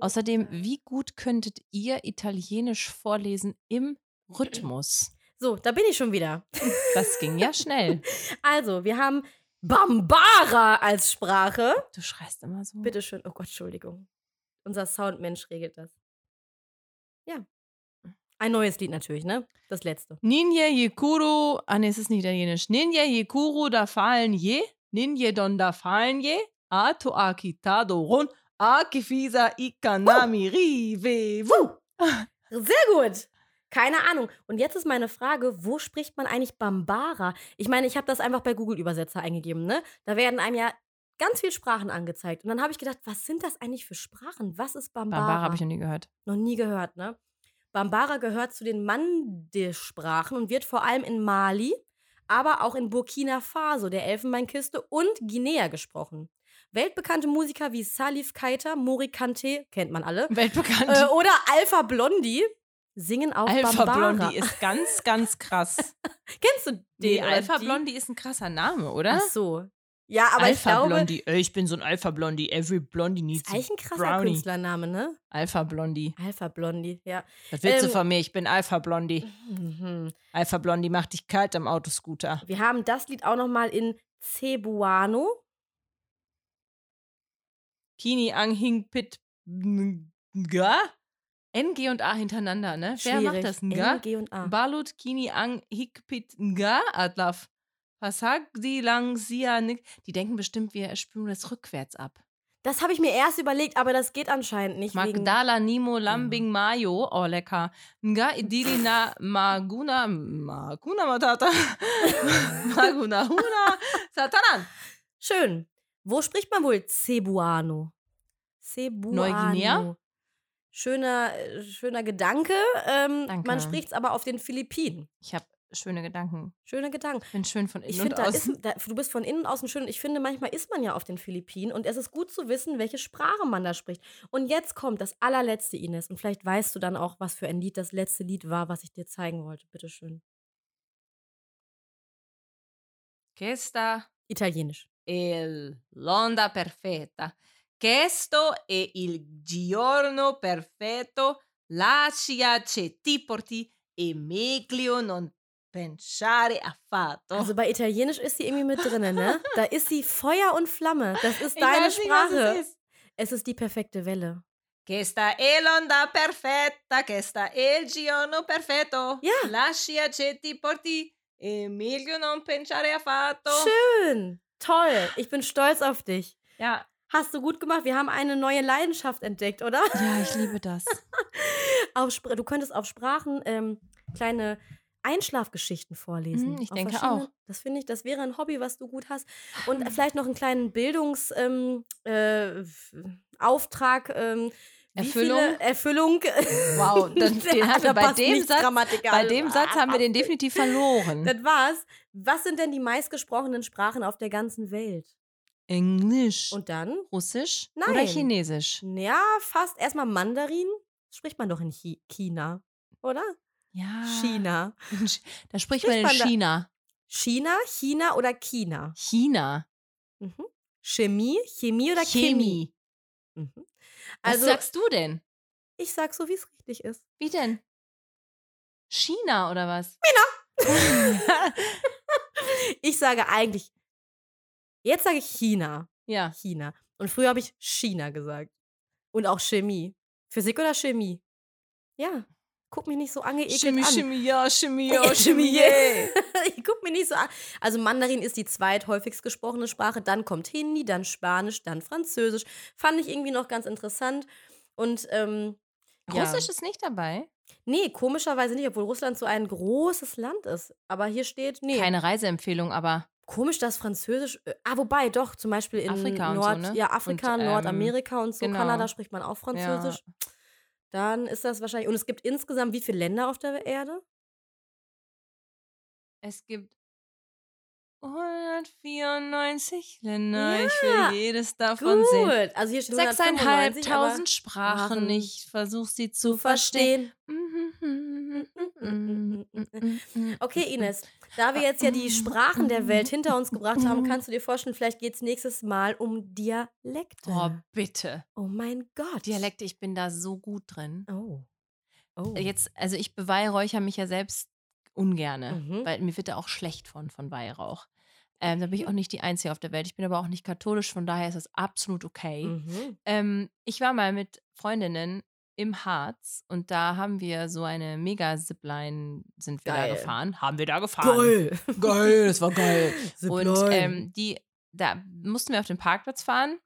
Außerdem, wie gut könntet ihr Italienisch vorlesen im Rhythmus? So, da bin ich schon wieder. Das ging ja schnell. Also, wir haben Bambara als Sprache. Du schreist immer so. Bitteschön. Oh Gott, Entschuldigung. Unser Soundmensch regelt das. Ja. Ein neues Lied natürlich, ne? Das letzte. Ninja Yekuru, ah ne, es ist nicht italienisch. Ninja Yekuru da fallen je, Ninja don da fallen je, Ato akitado ron, akifisa ikanami rive wu. Sehr gut. Keine Ahnung. Und jetzt ist meine Frage, wo spricht man eigentlich Bambara? Ich meine, ich habe das einfach bei Google-Übersetzer eingegeben, ne? Da werden einem ja ganz viele Sprachen angezeigt. Und dann habe ich gedacht, was sind das eigentlich für Sprachen? Was ist Bambara? Barbara habe ich noch nie gehört. Noch nie gehört, ne? Bambara gehört zu den Mande-Sprachen und wird vor allem in Mali, aber auch in Burkina Faso, der Elfenbeinküste und Guinea gesprochen. Weltbekannte Musiker wie Salif Keita, Mori Kante, kennt man alle, Weltbekannt. äh, oder Alpha Blondie singen auch Alpha Bambara. Blondie ist ganz, ganz krass. Kennst du den? Die oder Alpha die? Blondie ist ein krasser Name, Ach oder? so. Ja, aber ich Alpha glaube, Blondie. Ey, ich bin so ein Alpha Blondie. Every Blondie ist needs a eigentlich ein krasser Brownie. Künstlername, ne? Alpha Blondie. Alpha Blondie, ja. Was willst Ähm, du von mir? Ich bin Alpha Blondie. Mhm. Alpha Blondie macht dich kalt am Autoscooter. Wir haben das Lied auch noch mal in Cebuano. Kini Anhing Pit Nga? NG und A hintereinander, ne? Schwierig. Wer macht das? Nga? N, G und A. Balut Kini Ang Hik Pit Nga Adlaf. Pasag di lang sia nik. Die denken bestimmt, wir spülen das rückwärts ab. Das habe ich mir erst überlegt, aber das geht anscheinend nicht. Wegen Magdala Genau. Nimo Lambing Mayo, oh lecker. Nga Idilina Maguna Maguna Matata Maguna Huna Satanan. Schön. Wo spricht man wohl Cebuano? Cebuano. Neuguinea? Schöner, äh, schöner Gedanke. Ähm, Danke. Man spricht es aber auf den Philippinen. Ich habe schöne Gedanken. Schöner Gedanke. Ich bin schön von innen Ich und finde, da ist, außen. da, du bist von innen und außen schön. Und ich finde, manchmal ist man ja auf den Philippinen und es ist gut zu wissen, welche Sprache man da spricht. Und jetzt kommt das allerletzte, Ines. Und vielleicht weißt du dann auch, was für ein Lied das letzte Lied war, was ich dir zeigen wollte. Bitteschön. Questa Italienisch. è l'onda perfetta. Questo è il giorno perfetto. Lasciaci ti porti e meglio non pensare affatto. Also bei Italienisch ist sie irgendwie mit drin, ne? Da ist sie Feuer und Flamme. Das ist deine Sprache. es ist. es ist die perfekte Welle. Questa è l'onda perfetta, questa è il giorno perfetto. Ja. Lasciaci ti porti e meglio non pensare affatto. Schön. Toll. Ich bin stolz auf dich. Ja. Hast du gut gemacht. Wir haben eine neue Leidenschaft entdeckt, oder? ja, ich liebe das. Auf, Spr- du könntest auf Sprachen ähm, kleine Einschlafgeschichten vorlesen. Mm, ich Auf denke verschiedene- auch. Hm. Das finde ich, das wäre ein Hobby, was du gut hast. Und vielleicht noch einen kleinen Bildungsauftrag, ähm, äh, f- Auftrag, ähm, wie Erfüllung? Viele Erfüllung. Wow, dann- den haben wir Da bei passt dem nichts Satz- grammatikal. Bei dem Satz ah, haben wir den definitiv verloren. Das war's. Was sind denn die meistgesprochenen Sprachen auf der ganzen Welt? Englisch, Und dann? Russisch oder Nein. Chinesisch? Ja, fast erstmal Mandarin. Spricht man doch in Chi China, oder? Ja. China. Ah. Da spricht Spricht man in man da- China. China, China oder China? China. Mhm. Chemie, Chemie oder Chemie? Chemie. Mhm. Was Also, sagst du denn? ich sag so, wie es richtig ist. Wie denn? China oder was? Ich sage eigentlich, jetzt sage ich China, Ja. China. Und früher habe ich China gesagt. Und auch Chemie. Physik oder Chemie? Ja, guck mich nicht so angeekelt Chemie, an. Chemie, ja, Chemie, Ja, ja, Chemie, yeah. ich guck mir nicht so an. Also Mandarin ist die zweithäufigst gesprochene Sprache, dann kommt Hindi, dann Spanisch, dann Französisch. Fand ich irgendwie noch ganz interessant. Und ähm, ja. Russisch ist nicht dabei. Nee, komischerweise nicht, obwohl Russland so ein großes Land ist. Aber hier steht, nee. Keine Reiseempfehlung, aber Komisch, dass Französisch. äh, Ah, wobei, doch, zum Beispiel in Afrika und so, Nord, ne? ja, Afrika, Und, ähm, Nordamerika und so, genau. Kanada spricht man auch Französisch. Dann ist das wahrscheinlich. Und es gibt insgesamt wie viele Länder auf der Erde? es gibt 194 Länder. Ich will jedes davon sehen. Gut. Also hier steht 195, aber- 6.500 Sprachen. machen. Ich versuche sie zu verstehen. Verstehen. Mm, Okay, Ines, da wir jetzt ja die Sprachen der Welt hinter uns gebracht haben, kannst du dir vorstellen, vielleicht geht es nächstes Mal um Dialekte. Oh, bitte. Oh mein Gott. Dialekte, ich bin da so gut drin. Oh. Oh. Jetzt, äh, also ich beweihräuchere mich ja selbst ungerne, Mhm. weil mir wird da auch schlecht von, von Weihrauch. Ähm, da bin ich auch nicht die Einzige auf der Welt. Ich bin aber auch nicht katholisch, von daher ist das absolut okay. Mhm. Ähm, ich war mal mit Freundinnen im Harz und da haben wir so eine Mega-Zipline sind wir Geil. da gefahren. Haben wir da gefahren. Geil. Geil, das war geil. Zipline. Und ähm, die, da mussten wir auf den Parkplatz fahren.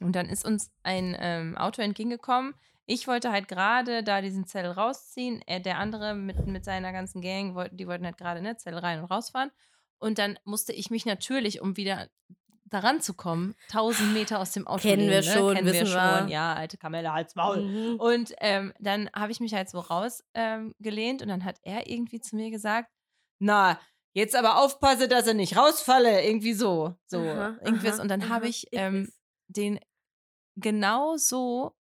Und dann ist uns ein ähm, Auto entgegengekommen. Ich wollte halt gerade da diesen Zettel rausziehen. Er, der andere mit, mit seiner ganzen Gang, wollten, die wollten halt gerade ne, Zettel rein und rausfahren. Und dann musste ich mich natürlich, um wieder daran zu kommen, 1000 Meter aus dem Auto Kennen wir lehnen, schon, ne? Kennen wir wissen schon. wir. Ja, alte Kamelle, halt's Maul. Mhm. Und ähm, dann habe ich mich halt so rausgelehnt ähm, gelehnt und dann hat er irgendwie zu mir gesagt, na, jetzt aber aufpasse, dass er nicht rausfalle, irgendwie so. So, Aha, irgendwas. aha, Und dann habe aha. ich ähm, weiß. den genau so,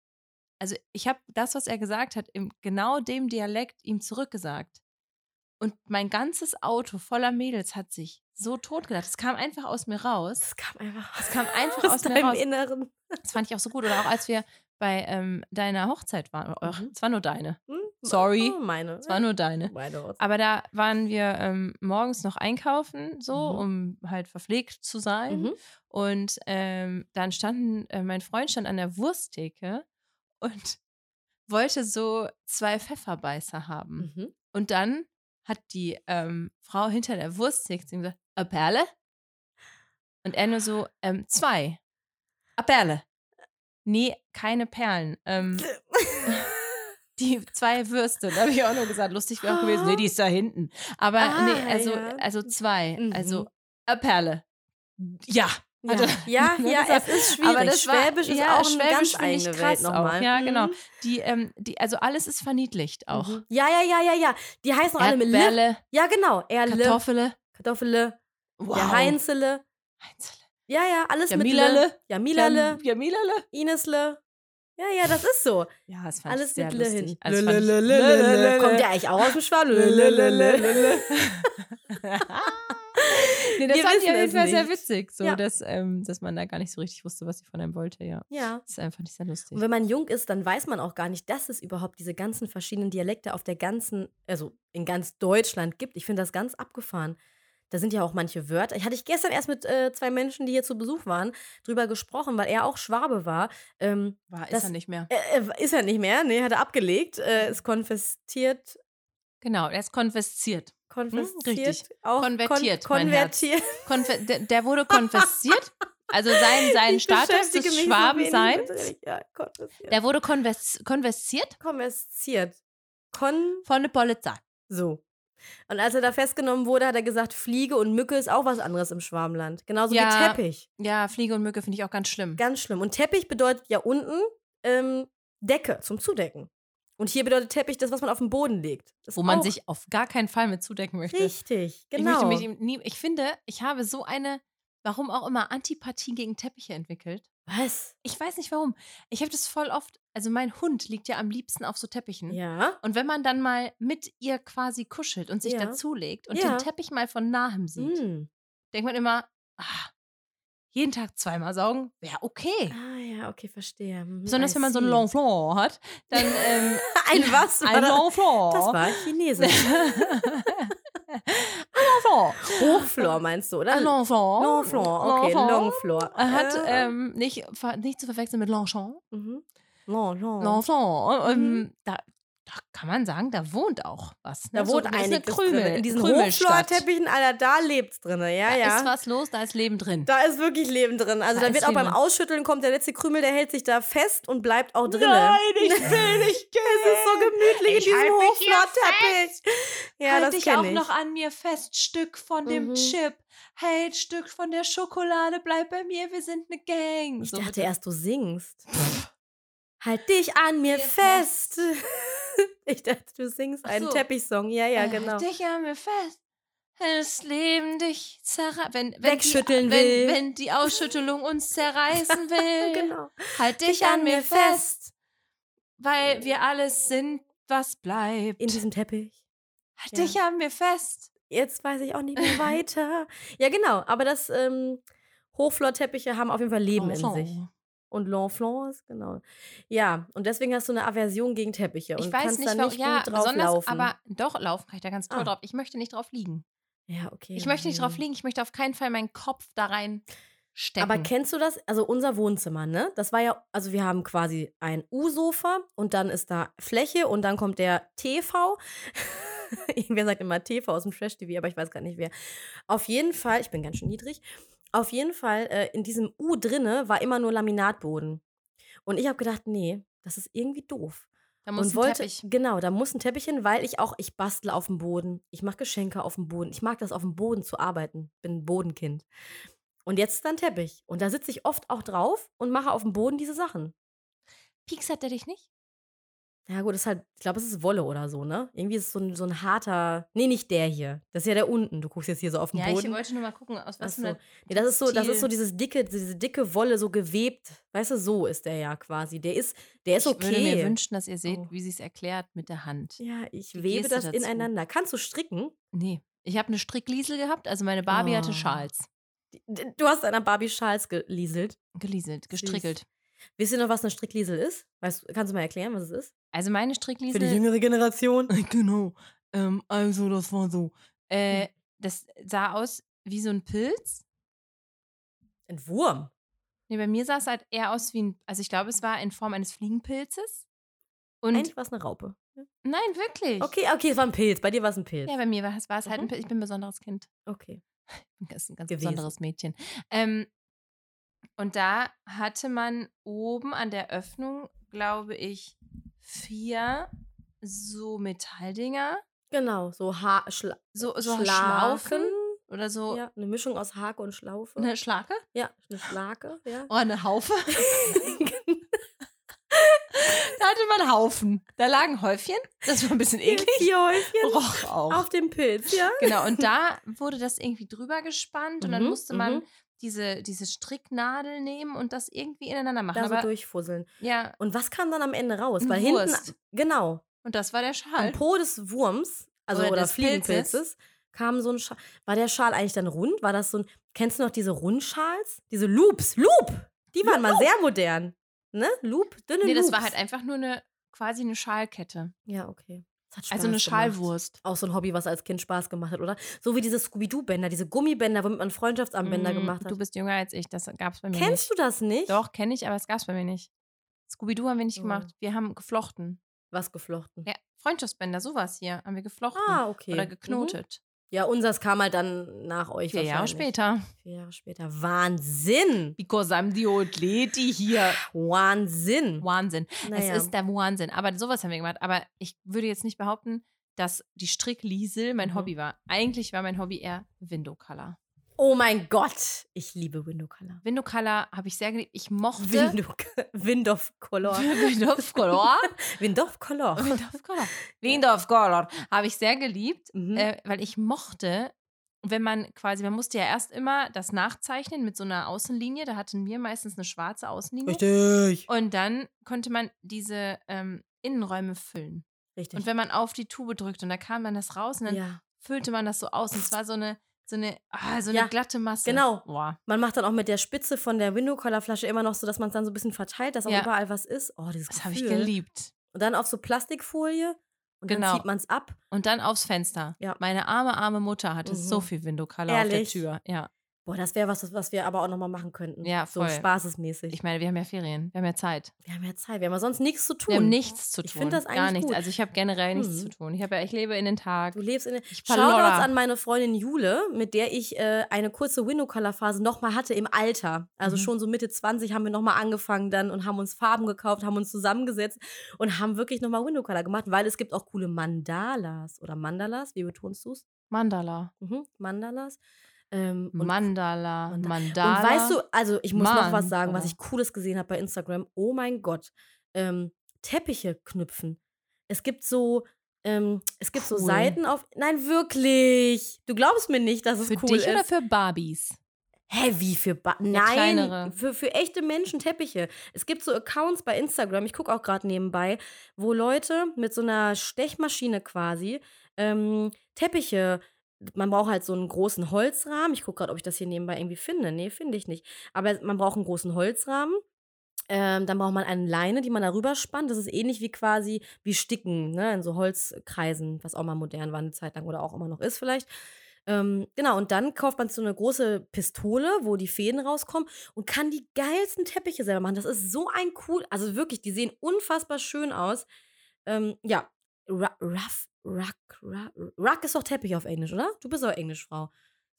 also ich habe das, was er gesagt hat, im genau dem Dialekt ihm zurückgesagt. Und mein ganzes Auto voller Mädels hat sich so totgelacht. Es kam einfach aus mir raus. Das kam einfach Das kam einfach aus aus mir deinem raus. Inneren. Das fand ich auch so gut. Oder auch als wir bei ähm, deiner Hochzeit waren. Ach, Mhm. Es war nur deine. Hm? Sorry. Oh, meine. Es war nur deine. meine Hochzeit. Aber da waren wir ähm, morgens noch einkaufen, so, um halt verpflegt zu sein. Mhm. Und ähm, dann standen, äh, mein Freund stand an der Wursttheke und wollte so zwei Pfefferbeißer haben. Mhm. Und dann hat die ähm, Frau hinter der Wursttheke zu ihm gesagt, a Perle? Und er nur so, ähm, zwei. A Perle. Nee, keine Perlen. Ähm, die zwei Würste. Da habe ich auch nur gesagt, lustig wäre auch gewesen. Nee, die ist da hinten. Aber Ah, nee, also, ja. also zwei. Mhm. Also a Perle. Ja. Hat Ja, er- ja, ne, ja gesagt. es ist schwierig. Aber das war- Schwäbisch ist ja, auch eine Schwäbisch ganz finde ich eigene krass Welt nochmal. auch, ja, genau. Mhm. Die, ähm, die, also alles ist verniedlicht auch. Mhm. Ja, ja, ja, ja, ja. Die heißen auch alle mit Le. Erdbeerle, Ja, genau. Erle, Kartoffele. Kartoffele, Wow. der Heinzele. Einzelne. Ja, ja, alles mit Jamilale. Le. Jamilale, Jamilale. Inesle. Ja, ja, das ist so. Ja, das fand Alles ich sehr mit Le hin. lustig. Le, Also le, fand ich- le, le, le, le. Kommt der eigentlich auch aus dem Schwaben? Le, le, le, le, le. nee, das Wir fand ich wissen auf jeden es Fall sehr nicht. witzig, so, Ja. dass, ähm, dass man da gar nicht so richtig wusste, was sie von einem wollte, ja. Ja. Das ist einfach nicht sehr lustig. Und wenn man jung ist, dann weiß man auch gar nicht, dass es überhaupt diese ganzen verschiedenen Dialekte auf der ganzen, also in ganz Deutschland gibt. Ich finde das ganz abgefahren. Da sind ja auch manche Wörter. Ich hatte ich gestern erst mit äh, zwei Menschen, die hier zu Besuch waren, drüber gesprochen, weil er auch Schwabe war. Ähm, War, ist das- er nicht mehr. äh, äh, ist er nicht mehr, nee, hat er abgelegt, äh, ist konfestiert, Genau, er ist konfisziert. konfestiert, Hm, richtig. auch Konvertiert, kon mein Herz. konvertiert. Konfe der, der wurde konfisziert. Also sein, sein Ich Status beschäftige des mich so Schwabenseins. wenig mit- Ja, konfestiert. der wurde konfis- konfisziert konvertiert. Kon von der Polizei. So. Und als er da festgenommen wurde, hat er gesagt, Fliege und Mücke ist auch was anderes im Schwarmland. Genauso Ja. wie Teppich. Ja, Fliege und Mücke finde ich auch ganz schlimm. Ganz schlimm. Und Teppich bedeutet ja unten ähm, Decke zum Zudecken. Und hier bedeutet Teppich das, was man auf den Boden legt. Ist Wo man auch sich auf gar keinen Fall mit zudecken möchte. Richtig, Ich, genau. möchte mich ihm nie, ich finde, ich habe so eine, warum auch immer, Antipathie gegen Teppiche entwickelt. was? Ich weiß nicht warum. Ich habe das voll oft, also mein Hund liegt ja am liebsten auf so Teppichen. Ja. Und wenn man dann mal mit ihr quasi kuschelt und sich Ja. dazulegt und Ja. den Teppich mal von nahem sieht, Hm. denkt man immer, ah, jeden Tag zweimal saugen, wäre okay. Ah ja, okay, verstehe. Mhm, Besonders I wenn man so einen see. Longflor hat, dann ähm, Ein was? War ein das? Longflor. das war Chinesisch. Longflor. Hochflor meinst du, oder? Longflor. Longflor, okay, Longflor. Oh, Er hat Äh, ähm, nicht, ver- nicht zu verwechseln mit Longchamp. mhm. Long, long. Longchamp. Ähm, Mhm. da, da kann man sagen, da wohnt auch was. ne? Da wohnt das ist einiges Krümel- drin. In diesen Krümelstadt. Hochflorteppichen, Alter, da lebt's drin. Ja, Da ja. ist was los, da ist Leben drin. da ist wirklich Leben drin. Also Da da, ist wird auch viel beim drin. Ausschütteln kommt der letzte Krümel, der hält sich da fest und bleibt auch drin. ich will nicht gehen. Es ist so gemütlich in Ich diesem halt mich hier Hochflorteppich. Ja, halt das dich kenn auch ich. noch an mir fest, Stück von dem Mhm. Chip. Hey, Stück von der Schokolade, bleib bei mir, wir sind eine Gang. ich So dachte bitte. erst, du singst. halt dich an mir Mir fest. ich dachte, du singst Ach einen so. Teppichsong. Ja, ja, Äh, genau. Dich an mir fest. das Leben dich zerreißt. Wenn, wenn Wegschütteln die, wenn, will. Wenn die Ausschüttelung uns zerreißen will, Genau. halt dich an mir fest, weil wir alles sind, was bleibt. In diesem Teppich. halt Ja. dich an mir fest. Jetzt weiß ich auch nicht mehr weiter. Ja, genau. Aber das ähm, Hochflorteppiche haben auf jeden Fall Leben in sich. Und L'Enflant ist, genau. Ja, und deswegen hast du eine Aversion gegen Teppiche. Und Ich weiß kannst nicht, da warum. nicht Ja, gut drauf besonders, laufen. aber doch, laufen kann ich da ganz toll Ah. drauf. Ich möchte nicht drauf liegen. ja, okay. Ich möchte nicht ja. drauf liegen. Ich möchte auf keinen Fall meinen Kopf da rein stecken. Aber kennst du das? Also unser Wohnzimmer, ne? Das war ja, also wir haben quasi ein U-Sofa und dann ist da Fläche und dann kommt der TV. Irgendwer sagt immer TV aus dem Trash-TV, aber ich weiß gar nicht wer. Auf jeden Fall, ich bin ganz schön niedrig. Auf jeden Fall, äh, in diesem U drinne war immer nur Laminatboden. Und ich habe gedacht, nee, das ist irgendwie doof. da muss und ein wollte, Teppich. Genau, da muss ein Teppich hin, weil ich auch, ich bastle auf dem Boden. Ich mache Geschenke auf dem Boden. Ich mag das auf dem Boden zu arbeiten. Bin ein Bodenkind. Und jetzt ist da ein Teppich. Und da sitze ich oft auch drauf und mache auf dem Boden diese Sachen. Pieks hat er dich nicht? Ja gut, das ist halt, ich glaube, es ist Wolle oder so, ne? Irgendwie ist es so ein, so ein harter, nee, nicht der hier. Das ist ja der unten. Du guckst jetzt hier so auf den Ja, ich Boden. wollte nur mal gucken, aus was Ach für so. einer- Nee, das ist so, das ist so Textil. dieses dicke, diese dicke Wolle so gewebt. Weißt du, so ist der ja quasi. Der ist, der ist Ich okay. würde mir wünschen, dass ihr seht, Oh. wie sie es erklärt mit der Hand. ja, ich die webe Geste das dazu. ineinander. Kannst du stricken? Nee. Ich habe eine Strickliesel gehabt, also meine Barbie Oh. hatte Schals. D- Du hast an einer Barbie Schals gelieselt. Gelieselt, gestrickelt. Wisst ihr noch, was eine Strickliesel ist? Weißt, du- kannst du mal erklären, was es ist? Also meine Strickliesel. jüngere Generation. Genau. Ähm, also, das war so. Hm. Äh, das sah aus wie so ein Pilz. Ein Wurm. Nee, bei mir sah es halt eher aus wie ein. Also, ich glaube, es war in Form eines Fliegenpilzes. Und. Eigentlich war es eine Raupe. nein, wirklich. Okay, okay, es war ein Pilz. Bei dir war es ein Pilz. Ja, bei mir war es, war es halt ein Mhm. Pilz. Ich bin ein besonderes Kind. okay. Ich bin ein ganz Gewesen. besonderes Mädchen. Ähm, und da hatte man oben an der Öffnung, glaube ich, vier so Metalldinger. Genau, so ha Schla So, so Schlaken. Schlaufen oder so. Ne. Ja, eine Mischung aus Hake und Schlaufe. Eine Schlake? Ja, eine Schlake, ja. Oh, eine Haufe. Da hatte man Haufen. Da lagen Häufchen. Das war ein bisschen eklig. Vier Häufchen Roch auch. auf dem Pilz, ja. Genau, und da wurde das irgendwie drüber gespannt und dann Mhm, musste man mhm. diese, diese Stricknadel nehmen und das irgendwie ineinander machen. Da so Aber, durchfusseln. ja, Und was kam dann am Ende raus? Eine Weil Wurst. hinten, genau, und das war der am Schal. Po des Wurms, also Oder oder, des Fliegenpilzes, kam so ein Schal. War der Schal eigentlich dann rund? War das so ein. Kennst du noch diese Rundschals? Diese Loops. Loop! Die waren mal sehr modern. Ne? Loop, dünne Nee, Loops. das war halt einfach nur eine quasi eine Schalkette. Ja, okay. Das hat Spaß Also eine Gemacht. Schalwurst. Auch so ein Hobby, was als Kind Spaß gemacht hat, oder? So wie diese Scooby-Doo-Bänder, diese Gummibänder, womit man Freundschaftsanbänder Mm, gemacht hat. Du bist jünger als ich, das gab es bei mir Kennst du das nicht? nicht. Doch, kenne ich, aber es gab es bei mir nicht. Scooby-Doo haben wir nicht Oh. gemacht. Wir haben geflochten. Was geflochten. Ja, Freundschaftbänder, sowas hier haben wir geflochten. Ah, okay. Oder Mhm. geknotet. Ja, unseres kam halt dann nach euch. Vier Jahre wahrscheinlich. später. Vier Jahre später. Wahnsinn! Because I'm the old lady hier. Wahnsinn! Wahnsinn. Naja. Es ist der Wahnsinn. Aber sowas haben wir gemacht. Aber ich würde jetzt nicht behaupten, dass die Strickliesel mein Mhm. Hobby war. Eigentlich war mein Hobby eher Window Color. Oh mein Gott, ich liebe Window Color. Window Color habe ich sehr geliebt. Ich mochte Window, Wind of Color. Window Color. Wind of Color. Window Color. Window Color habe ich sehr geliebt, Mhm. äh, weil ich mochte, wenn man quasi, man musste ja erst immer das nachzeichnen mit so einer Außenlinie. Da hatten wir meistens eine schwarze Außenlinie. Richtig. Und dann konnte man diese ähm, Innenräume füllen. Richtig. Und wenn man auf die Tube drückt und da kam dann das raus und dann ja. füllte man das so aus. Und zwar so eine, so eine, ah, so eine Ja, glatte Masse. genau. Boah. Man macht dann auch mit der Spitze von der Window Color Flasche immer noch so, dass man es dann so ein bisschen verteilt, dass auch Ja. überall was ist. Oh, dieses Das habe ich Gefühl. geliebt. Und dann auf so Plastikfolie und Genau. dann zieht man es ab. Und dann aufs Fenster. Ja. Meine arme, arme Mutter hatte Mhm. so viel Window-Color auf der Ehrlich? Tür. Ja. Boah, das wäre was, was wir aber auch nochmal machen könnten. Ja, voll. So spaßesmäßig. Ich meine, wir haben ja Ferien, wir haben ja Zeit. wir haben ja Zeit, wir haben ja sonst nichts zu tun. Wir haben nichts zu tun. Ich finde das Gar eigentlich nichts. gut. Also ich habe generell nichts Mhm. zu tun. Ich, habe ja, ich lebe in den Tag. Du lebst in den Ich Shoutouts verlora. an meine Freundin Jule, mit der ich äh, eine kurze Window-Color-Phase nochmal hatte im Alter. Also Mhm. schon so Mitte 20 haben wir nochmal angefangen dann und haben uns Farben gekauft, haben uns zusammengesetzt und haben wirklich nochmal Window-Color gemacht, weil es gibt auch coole Mandalas oder Mandalas, wie betonst du es? Mandala. Mhm, Mandalas. Ähm, und, Mandala. Manda- Mandala. oh. und weißt du, also ich muss noch was sagen, Mandala. was ich Cooles gesehen habe bei Instagram. Oh mein Gott. Ähm, Teppiche knüpfen. Es gibt so Ähm, es gibt so Cool. Seiten auf. Nein, wirklich. Du glaubst mir nicht, dass es Für cool dich ist. oder für Barbies? Hä, wie für ba Nein, kleinere. für, für echte Menschen Teppiche. Es gibt so Accounts bei Instagram, ich gucke auch gerade nebenbei, wo Leute mit so einer Stechmaschine quasi ähm, Teppiche. Man braucht halt so einen großen Holzrahmen. Ich gucke gerade, ob ich das hier nebenbei irgendwie finde. Nee, finde ich nicht. Aber man braucht einen großen Holzrahmen. Ähm, dann braucht man eine Leine, die man darüber spannt. Das ist ähnlich wie quasi wie Sticken, ne? In so Holzkreisen, was auch mal modern war eine Zeit lang oder auch immer noch ist vielleicht. Ähm, genau, und dann kauft man so eine große Pistole, wo die Fäden rauskommen und kann die geilsten Teppiche selber machen. Das ist so ein cool, also wirklich, die sehen unfassbar schön aus. Ähm, ja, Ra- Ruff, Ruck, Ruck, Ruck ist doch Teppich auf Englisch, oder? Du bist doch Englischfrau.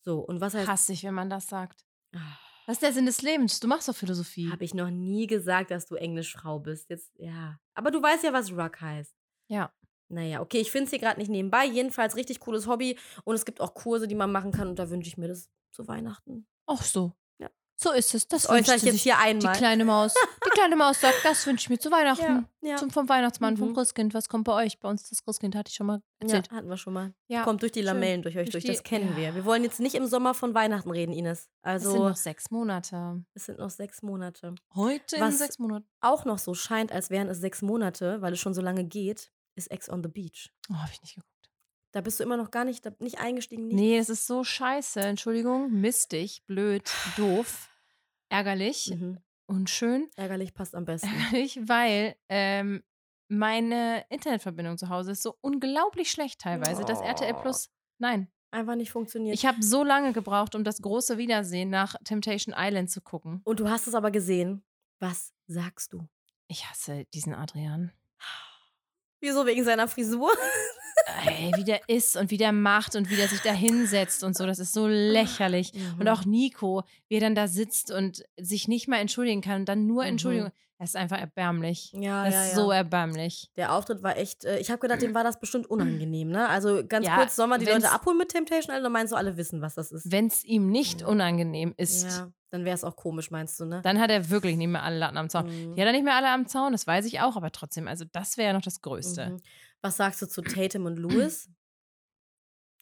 So, und was heißt. Hasse ich, wenn man das sagt. Ah. Was ist der Sinn des Lebens? Du machst doch Philosophie. Habe ich noch nie gesagt, dass du Englischfrau bist. Jetzt, ja. Aber du weißt ja, was Ruck heißt. Ja. Naja, okay, ich finde es hier gerade nicht nebenbei. Jedenfalls richtig cooles Hobby. Und es gibt auch Kurse, die man machen kann. Und da wünsche ich mir das zu Weihnachten. Ach so. Ja. So ist es. Das, Das wünscht äußere ich sie jetzt sich. hier Die einmal. kleine Maus. Die kleine Maus sagt, das wünsche ich mir zu Weihnachten. ja, ja, Zum, vom Weihnachtsmann, vom Mhm. Christkind. Was kommt bei euch? Bei uns das Christkind hatte ich schon mal ja, erzählt. hatten wir schon mal. Ja. Kommt durch die schön. Lamellen durch euch Durch durch. die- Das kennen ja. wir. Wir wollen jetzt nicht im Sommer von Weihnachten reden, Ines. Es sind Also, noch sechs Monate. es sind noch sechs Monate. Heute in Was- sechs Monaten. Auch noch so scheint, als wären es sechs Monate, weil es schon so lange geht, ist Ex on the Beach. Oh, habe ich nicht geguckt. Da bist du immer noch gar nicht, da, nicht eingestiegen. Nicht. Nee, es ist so scheiße. Entschuldigung. Mistig, blöd, doof, ärgerlich, Mhm. unschön. Ärgerlich passt am besten. Ärgerlich, weil ähm, meine Internetverbindung zu Hause ist so unglaublich schlecht teilweise, dass RTL Oh. Plus. Nein, Einfach nicht funktioniert. ich habe so lange gebraucht, um das große Wiedersehen nach Temptation Island zu gucken. Und du hast es aber gesehen. Was sagst du? Ich hasse diesen Adrian. Wieso wegen seiner Frisur? Ey, wie der ist und wie der macht und wie der sich da hinsetzt und so, das ist so lächerlich. Und Mhm. auch Nico, wie er dann da sitzt und sich nicht mal entschuldigen kann und dann nur Mhm. Entschuldigung. Das ist einfach erbärmlich. ja, Das ja, ist ja. so erbärmlich. der Auftritt war echt. Äh, ich habe gedacht, dem war das bestimmt unangenehm, ne? Also ganz Ja, kurz, sollen wir die wenn's- Leute abholen mit Temptation Island? Dann meinst du, alle wissen, was das ist? Wenn es ihm nicht Ja. unangenehm ist, Ja, dann wäre es auch komisch, meinst du, ne? dann hat er wirklich nicht mehr alle Latten am Zaun. Mhm. Die hat er nicht mehr alle am Zaun, das weiß ich auch, aber trotzdem, also das wäre ja noch das Größte. Mhm. Was sagst du zu Tatum und Lewis?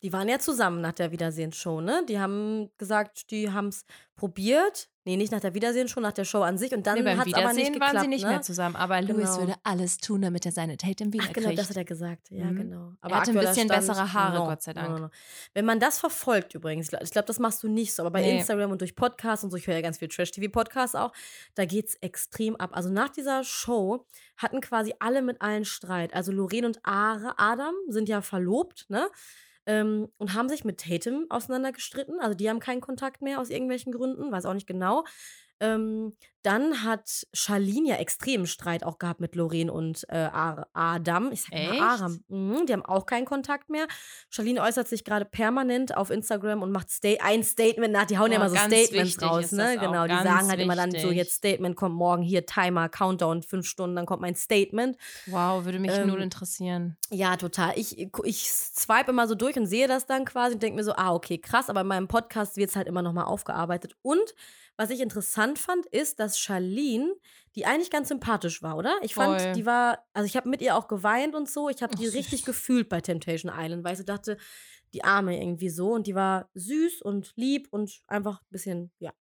Die waren ja zusammen nach der Wiedersehensshow, ne? Die haben gesagt, die haben es probiert. Nee, nicht nach der Wiedersehensshow, nach der Show an sich. Und dann Nee, beim hat es aber nicht Wiedersehen geklappt, waren sie nicht ne? mehr zusammen, aber Louis Genau. würde alles tun, damit er seine Tatum Ach, genau, wiederkriegt. das hat er gesagt. Ja, Mhm. genau. hatte ein aktueller bisschen bessere Haare, Gott sei Dank. Wenn man das verfolgt übrigens, ich glaub- ich glaube, das machst du nicht so, aber bei Nee. Instagram und durch Podcasts und so, ich höre ja ganz viel Trash-TV-Podcasts auch, da geht es extrem ab. Also nach dieser Show hatten quasi alle mit allen Streit. Also Lorraine und Are, Adam sind ja verlobt, ne? Ähm, und haben sich mit Tatum auseinandergestritten. Also die haben keinen Kontakt mehr aus irgendwelchen Gründen, weiß auch nicht genau. Ähm, dann hat Charlene ja extremen Streit auch gehabt mit Lorraine und äh, Ar- Adam. Ich sag Echt? mal Aram. Mhm, die haben auch keinen Kontakt mehr. Charlene äußert sich gerade permanent auf Instagram und macht sta ein Statement nach. Die hauen ja Oh, immer so ganz Statements wichtig raus, ist das ne? auch, Genau. Die ganz sagen halt immer dann so: wichtig. jetzt Statement kommt morgen, hier Timer, Countdown, fünf Stunden, dann kommt mein Statement. Wow, würde mich Ähm, null interessieren. Ja, total. Ich, ich swipe immer so durch und sehe das dann quasi und denke mir so, ah, okay, krass, aber in meinem Podcast wird es halt immer nochmal aufgearbeitet. Und was ich interessant fand, ist, dass Charlene, die eigentlich ganz sympathisch war, oder? Ich fand, Voll. die war, also ich habe mit ihr auch geweint und so, ich habe Ach, die süß. richtig gefühlt bei Temptation Island, weil ich so dachte, die Arme irgendwie so und die war süß und lieb und einfach ein bisschen, ja.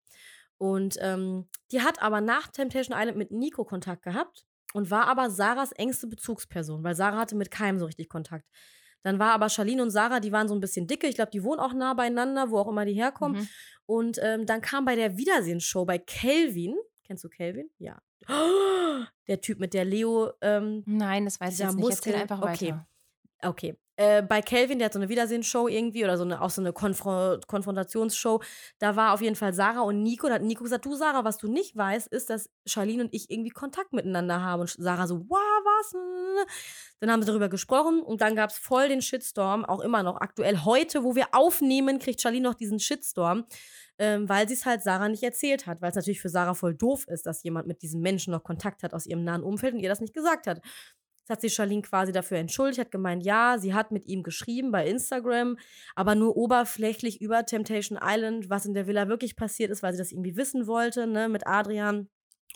Und ähm, die hat aber nach Temptation Island mit Nico Kontakt gehabt und war aber Sarahs engste Bezugsperson, weil Sarah hatte mit keinem so richtig Kontakt. Dann war aber Charlene und Sarah, die waren so ein bisschen dicke. Ich glaube, die wohnen auch nah beieinander, wo auch immer die herkommen. Mhm. Und ähm, dann kam bei der Wiedersehensshow bei Kelvin. Kennst du Kelvin? Ja. Der Typ mit der Leo. Ähm, Nein, das weiß ich Dieser jetzt nicht. Erzähl Muskel- einfach okay. weiter. okay. Äh, bei Kelvin, der hat so eine Wiedersehensshow irgendwie oder so eine, auch so eine Konfro Konfrontationsshow. Da war auf jeden Fall Sarah und Nico. Da hat Nico gesagt: Du, Sarah, was du nicht weißt, ist, dass Charlene und ich irgendwie Kontakt miteinander haben. Und Sarah so: Wow, was? Dann haben sie darüber gesprochen und dann gab es voll den Shitstorm, auch immer noch aktuell. Heute, wo wir aufnehmen, kriegt Charlene noch diesen Shitstorm, ähm, weil sie es halt Sarah nicht erzählt hat, weil es natürlich für Sarah voll doof ist, dass jemand mit diesem Menschen noch Kontakt hat aus ihrem nahen Umfeld und ihr das nicht gesagt hat. Jetzt hat sich Charlene quasi dafür entschuldigt, hat gemeint, ja, sie hat mit ihm geschrieben bei Instagram, aber nur oberflächlich über Temptation Island, was in der Villa wirklich passiert ist, weil sie das irgendwie wissen wollte, ne, mit Adrian.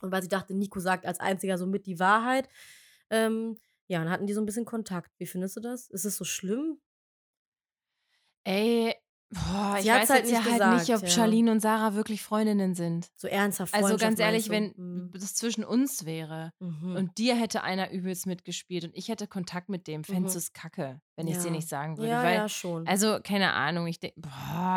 Und weil sie dachte, Nico sagt als einziger so mit die Wahrheit. Ähm, Ja, und hatten die so ein bisschen Kontakt. Wie findest du das? Ist es so schlimm? Ey, boah, ich Sie hat's weiß halt jetzt ja nicht halt nicht, gesagt, ob ja. Charlene und Sarah wirklich Freundinnen sind. So ernsthaft Also Freundschaft ganz ehrlich, wenn meinst du? das zwischen uns wäre Mhm. Mhm. und dir hätte einer übelst mitgespielt und ich hätte Kontakt mit dem, fändest Mhm. du es kacke, wenn ich es dir Ja. nicht sagen würde. ja, weil, ja, schon. also, keine Ahnung, ich denke, boah,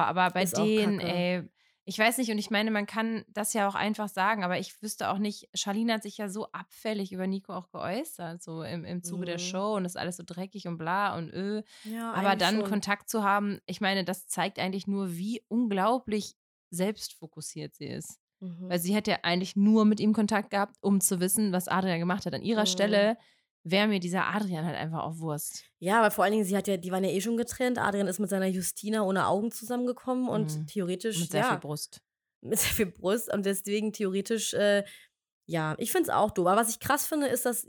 aber bei Ist auch denen, kacke. ey, ich weiß nicht, und ich meine, man kann das ja auch einfach sagen, aber ich wüsste auch nicht, Charlene hat sich ja so abfällig über Nico auch geäußert, so im, im Zuge der Mhm. Show und ist alles so dreckig und bla und öh. ja, Aber Genau, eigentlich dann schon. Kontakt zu haben, ich meine, das zeigt eigentlich nur, wie unglaublich selbstfokussiert sie ist. Mhm. Weil sie hätte ja eigentlich nur mit ihm Kontakt gehabt, um zu wissen, was Adrian gemacht hat. An ihrer Mhm. Stelle wäre mir dieser Adrian halt einfach auf Wurst. Ja, aber vor allen Dingen, sie hat ja, die waren ja eh schon getrennt. Adrian ist mit seiner Justina ohne Augen zusammengekommen und Mhm. theoretisch, Mit sehr ja, viel Brust. mit sehr viel Brust und deswegen theoretisch, äh, ja, ich finde es auch doof. Aber was ich krass finde, ist das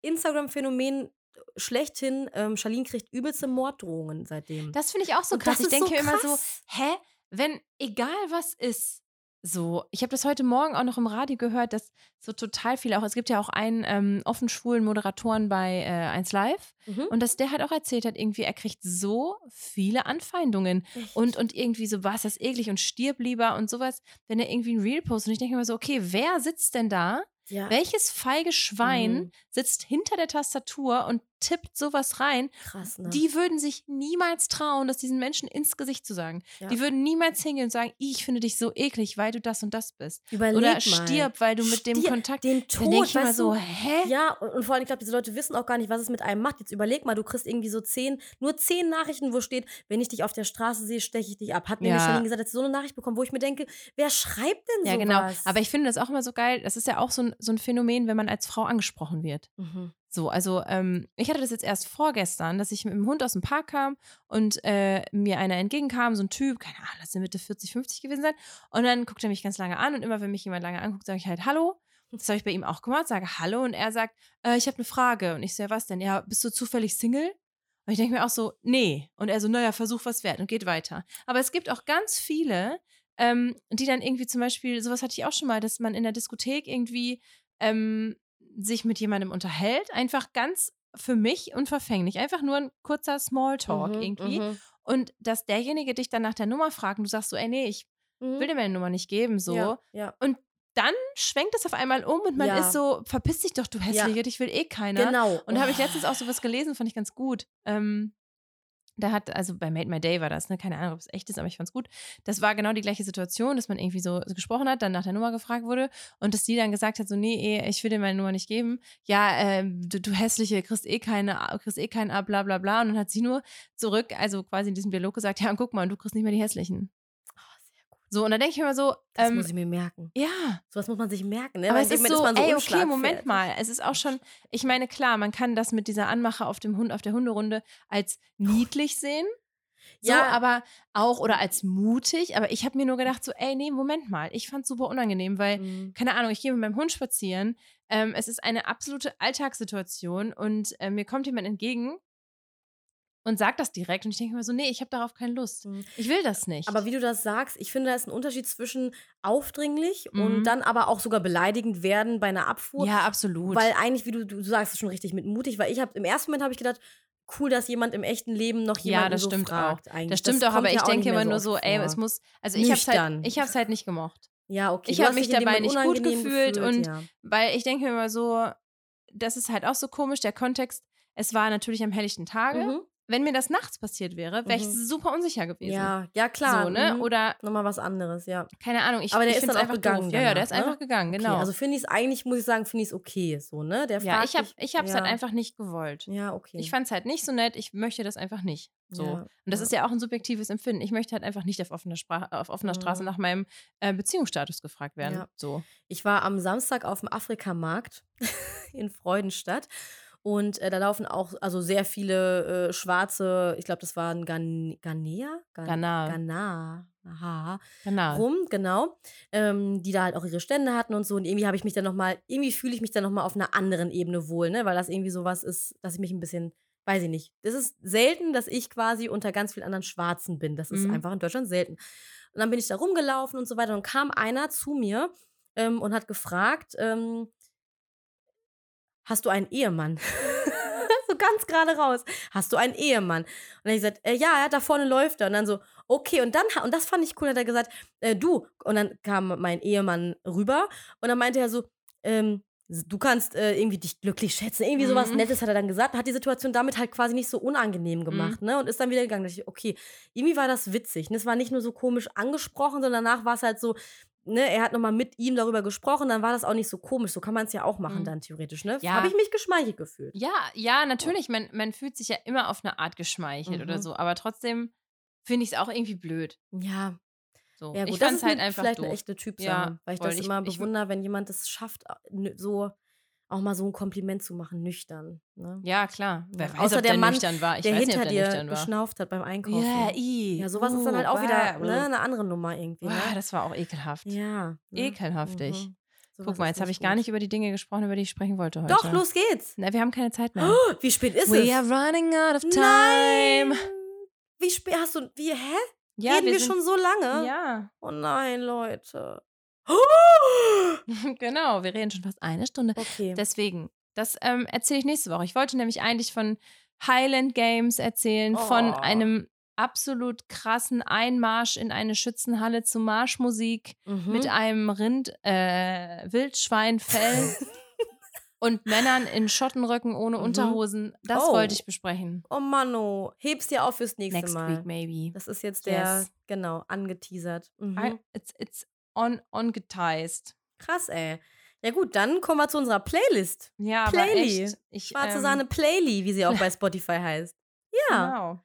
Instagram-Phänomen schlechthin, ähm, Charlene kriegt übelste Morddrohungen seitdem. Das finde ich auch so Mhm. Und krass. Ich ist denke mir immer so, krass. hä, wenn egal was ist, so, ich habe das heute Morgen auch noch im Radio gehört, dass so total viele auch, es gibt ja auch einen ähm, offen schwulen Moderatoren bei äh, 1 Live Mhm. und dass der halt auch erzählt hat, irgendwie, er kriegt so viele Anfeindungen Echt? und, und irgendwie so, was das eklig und stirb lieber und sowas, wenn er irgendwie ein Reel postet und ich denke mir immer so, okay, wer sitzt denn da? ja, Welches feige Schwein Mhm. sitzt hinter der Tastatur und tippt sowas rein? krass, ne? Die würden sich niemals trauen, das diesen Menschen ins Gesicht zu sagen. Ja. Die würden niemals hingehen und sagen, "Ih, ich finde dich so eklig, weil du das und das bist. Überleg Oder mal. stirb, weil du mit dem Stirb, Kontakt. den Dann denke Tod, ich mal weißt so, du? hä? Ja, und, und vor allem, ich glaube, diese Leute wissen auch gar nicht, was es mit einem macht. Jetzt überleg mal, du kriegst irgendwie so zehn, nur zehn Nachrichten, wo steht, wenn ich dich auf der Straße sehe, steche ich dich ab. Hat mir nämlich Ja. Charlene gesagt, dass sie so eine Nachricht bekommen, wo ich mir denke, wer schreibt denn Ja, sowas? genau. Aber ich finde das auch immer so geil. Das ist ja auch so ein, so ein Phänomen, wenn man als Frau angesprochen wird. Mhm. So, also ähm, ich hatte das jetzt erst vorgestern, dass ich mit dem Hund aus dem Park kam und äh, mir einer entgegenkam, so ein Typ, keine Ahnung, lass ihn Mitte 40, 50 gewesen sein. Und dann guckt er mich ganz lange an und immer, wenn mich jemand lange anguckt, sage ich halt Hallo. Das habe ich bei ihm auch gemacht, sage Hallo und er sagt, äh, ich habe eine Frage. Und ich so, ja, was denn? Ja, bist du zufällig Single? Und ich denke mir auch so, nee. Und er so, naja, Versuch was wert und geht weiter. Aber es gibt auch ganz viele, ähm, die dann irgendwie zum Beispiel, sowas hatte ich auch schon mal, dass man in der Diskothek irgendwie ähm, sich mit jemandem unterhält, einfach ganz für mich unverfänglich, einfach nur ein kurzer Smalltalk Mhm, irgendwie. mhm, Und dass derjenige dich dann nach der Nummer fragt und du sagst so, ey, nee, ich mhm. will dir meine Nummer nicht geben, so. Ja, ja. Schwenkt das auf einmal um und man Ja. ist so, verpiss dich doch, du hässliche, dich will eh keiner. Genau. Und da habe ich Oh. letztens auch sowas gelesen, fand ich ganz gut. Ähm, da hat, also bei Made My Day war das, ne? Keine Ahnung, ob es echt ist, aber ich fand's gut. Das war genau die gleiche Situation, dass man irgendwie so gesprochen hat, dann nach der Nummer gefragt wurde und dass die dann gesagt hat: so, nee, eh, ich will dir meine Nummer nicht geben. Ja, ähm, du, du hässliche, kriegst eh keine, kriegst eh keinen ab, bla bla bla. Und dann hat sie nur zurück, also quasi in diesem Dialog gesagt, ja, und guck mal, du kriegst nicht mehr die hässlichen. Oh, sehr gut. So, und da denke ich mir immer so, Das ähm, muss ich mir merken. ja. Sowas muss man sich merken. Ne? Aber Weil es in ist dem Moment so, man ey, okay, unschlagfertig. Moment mal. Es ist auch schon, ich meine, klar, man kann das mit dieser Anmache auf dem Hund, auf der Hunderunde als niedlich sehen. So, Ja. aber auch oder als mutig. Aber ich habe mir nur gedacht, so, ey, nee, Moment mal. Ich fand super unangenehm, weil, Mhm. keine Ahnung, ich gehe mit meinem Hund spazieren. Ähm, es ist eine absolute Alltagssituation und äh, mir kommt jemand entgegen und sagt das direkt. Und ich denke mir so, nee, ich habe darauf keine Lust. Mhm. Ich will das nicht. Aber wie du das sagst, ich finde, da ist ein Unterschied zwischen aufdringlich Mhm. und dann aber auch sogar beleidigend werden bei einer Abfuhr. ja, absolut. Weil eigentlich, wie du, du sagst es schon richtig mit mutig, weil ich habe im ersten Moment habe ich gedacht, cool, dass jemand im echten Leben noch jemanden das so stimmt fragt. Eigentlich. das stimmt auch, kommt aber ich ja nicht denke mehr immer nur oft so, ey, vor. es muss, also ich hab's, halt, Nüchtern. ich hab's halt nicht gemocht. Ja, okay. ich Du hab hast mich dich in dem dabei Moment nicht gut unangenehm gefühlt und- ja. Weil ich denke mir immer so, das ist halt auch so komisch, der Kontext, es war natürlich am helllichten Tage. Mhm. Wenn mir das nachts passiert wäre, wäre ich Mhm. super unsicher gewesen. ja, ja, klar. So, ne? mhm. Oder, Nochmal was anderes, ja. keine Ahnung, ich Aber der ich ist find's dann auch einfach gegangen Doof. Ja, ja, der danach, ist einfach ne? gegangen, genau. Okay, also finde ich es eigentlich, muss ich sagen, finde ich es okay, so, ne? Der ja, fragt ich, hab, dich- ich hab's ja. halt einfach nicht gewollt. Ja, okay. Ich fand's halt nicht so nett, ich möchte das einfach nicht. So. Ja, Und das ja. ist ja auch ein subjektives Empfinden. Ich möchte halt einfach nicht auf offener, Sprache, auf offener Mhm. Straße nach meinem äh, Beziehungsstatus gefragt werden. Ja. So. Ich war am Samstag auf dem Afrikamarkt in Freudenstadt. Und äh, da laufen auch also sehr viele äh, schwarze, ich glaube, das waren Gan Ghanäer? Gan Ghana. Ghana. Aha. Genau. Rum, genau. Ähm, die da halt auch ihre Stände hatten und so. Und irgendwie habe ich mich dann nochmal, irgendwie fühle ich mich dann nochmal auf einer anderen Ebene wohl, ne? Weil das irgendwie sowas ist, dass ich mich ein bisschen, weiß ich nicht. Das ist selten, dass ich quasi unter ganz vielen anderen Schwarzen bin. Das ist Mhm. einfach in Deutschland selten. Und dann bin ich da rumgelaufen und so weiter. Und kam einer zu mir ähm, und hat gefragt, ähm, hast du einen Ehemann? ganz gerade raus. Hast du einen Ehemann? Und dann hab ich gesagt, äh, ja, ja, da vorne läuft er. Und dann so, okay. Und dann, ha- und das fand ich cool, hat er gesagt, äh, du. Und dann kam mein Ehemann rüber und dann meinte er so, ähm, du kannst äh, irgendwie dich glücklich schätzen. Irgendwie sowas Mhm. Nettes hat er dann gesagt. Hat die Situation damit halt quasi nicht so unangenehm gemacht, ne? Und ist dann wieder gegangen. Da dachte ich, okay, irgendwie war das witzig. Ne? Es war nicht nur so komisch angesprochen, sondern danach war es halt so, ne, er hat nochmal mit ihm darüber gesprochen, dann war das auch nicht so komisch. So kann man es ja auch machen Mhm. dann theoretisch, ne? Ja. Habe ich mich geschmeichelt gefühlt. Ja, ja, natürlich. Man, man fühlt sich ja immer auf eine Art geschmeichelt Oh. Mhm. oder so, aber trotzdem finde ich es auch irgendwie blöd. Ja, So. ja gut, ich das fand ist es halt eine- einfach vielleicht doof. eine echte Typsache, Ja, weil ich voll. das Ich- immer ich wü- bewundere, wenn jemand es schafft, nü- so auch mal so ein Kompliment zu machen, nüchtern. Ne? Ja, klar. Wer Ja. weiß, Außer ob der der, Mann, nüchtern war. Ich der weiß nicht, hinter ob der dir nüchtern war. geschnauft hat beim Einkaufen. i. ja, sowas ist dann Uh, halt auch wieder bah, ne, eine andere Nummer irgendwie. Ne? Boah, das war auch ekelhaft. ja. Ne? Ekelhaftig. Mhm. Sowas Guck mal, ist jetzt habe ich gar gut. nicht über die Dinge gesprochen, über die ich sprechen wollte heute. Doch, los geht's. Na, wir haben keine Zeit mehr. Oh, Wie spät ist We es? are running out of time. Nein! Wie spät hast du. Wie, hä? Ja, Reden wir, sind- schon so lange? Ja, Oh nein, Leute. genau. Wir reden schon fast eine Stunde. Okay. Deswegen, das ähm, erzähle ich nächste Woche. Ich wollte nämlich eigentlich von Highland Games erzählen, Oh. von einem absolut krassen Einmarsch in eine Schützenhalle zu Marschmusik Mhm. mit einem Rind, äh, Wildschweinfell und Männern in Schottenröcken ohne Mhm. Unterhosen. Das Oh. wollte ich besprechen. oh Mann, oh. Heb's dir auf fürs nächste Next Mal. week maybe. Das ist jetzt der, Yes. genau, angeteasert. Mhm. I, it's it's on ongetized. Krass, ey. Ja gut, dann kommen wir zu unserer Playlist. Ja, aber Playly. echt. Ich, Schwarze ähm, Sahne Playly, wie sie auch bei Spotify heißt. Ja. Genau.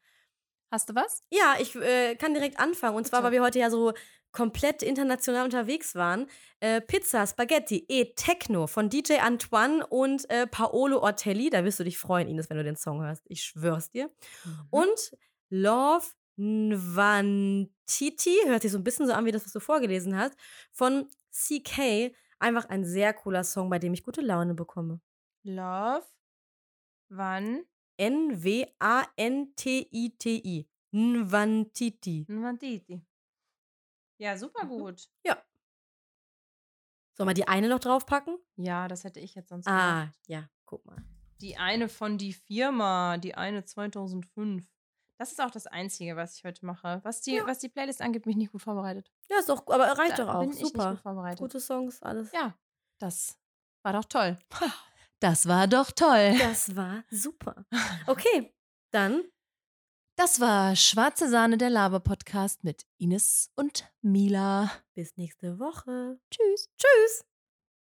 Hast du was? Ja, ich äh, kann direkt anfangen. Und zwar, Bitte. weil wir heute ja so komplett international unterwegs waren. Äh, Pizza, Spaghetti, E-Techno von DJ Antoine und äh, Paolo Ortelli. Da wirst du dich freuen, Ines, wenn du den Song hörst. Ich schwör's dir. Hm. Und Love Nwantiti, hört sich so ein bisschen so an wie das, was du vorgelesen hast, von CK. Einfach ein sehr cooler Song, bei dem ich gute Laune bekomme. Love. Wann? N-W-A-N-T-I-T-I. Hm. Nwantiti. Manditi. Ja, super gut. Sollen wir die eine noch draufpacken? Ja, das hätte ich jetzt sonst Ah, gemacht. ja, guck mal. Die eine von die Firma, die eine 2005. Das ist auch das Einzige, was ich heute mache. Was die, Ja. was die Playlist angeht, bin ich nicht gut vorbereitet. Ja, ist doch, aber reicht Da doch auch. Bin Ich nicht gut Super. vorbereitet. Gute Songs, alles. Ja, das war doch toll. Das war doch toll. Das war super. Okay, dann Das war Schwarze Sahne, der Laber-Podcast mit Ines und Mila. bis nächste Woche. Tschüss. Tschüss.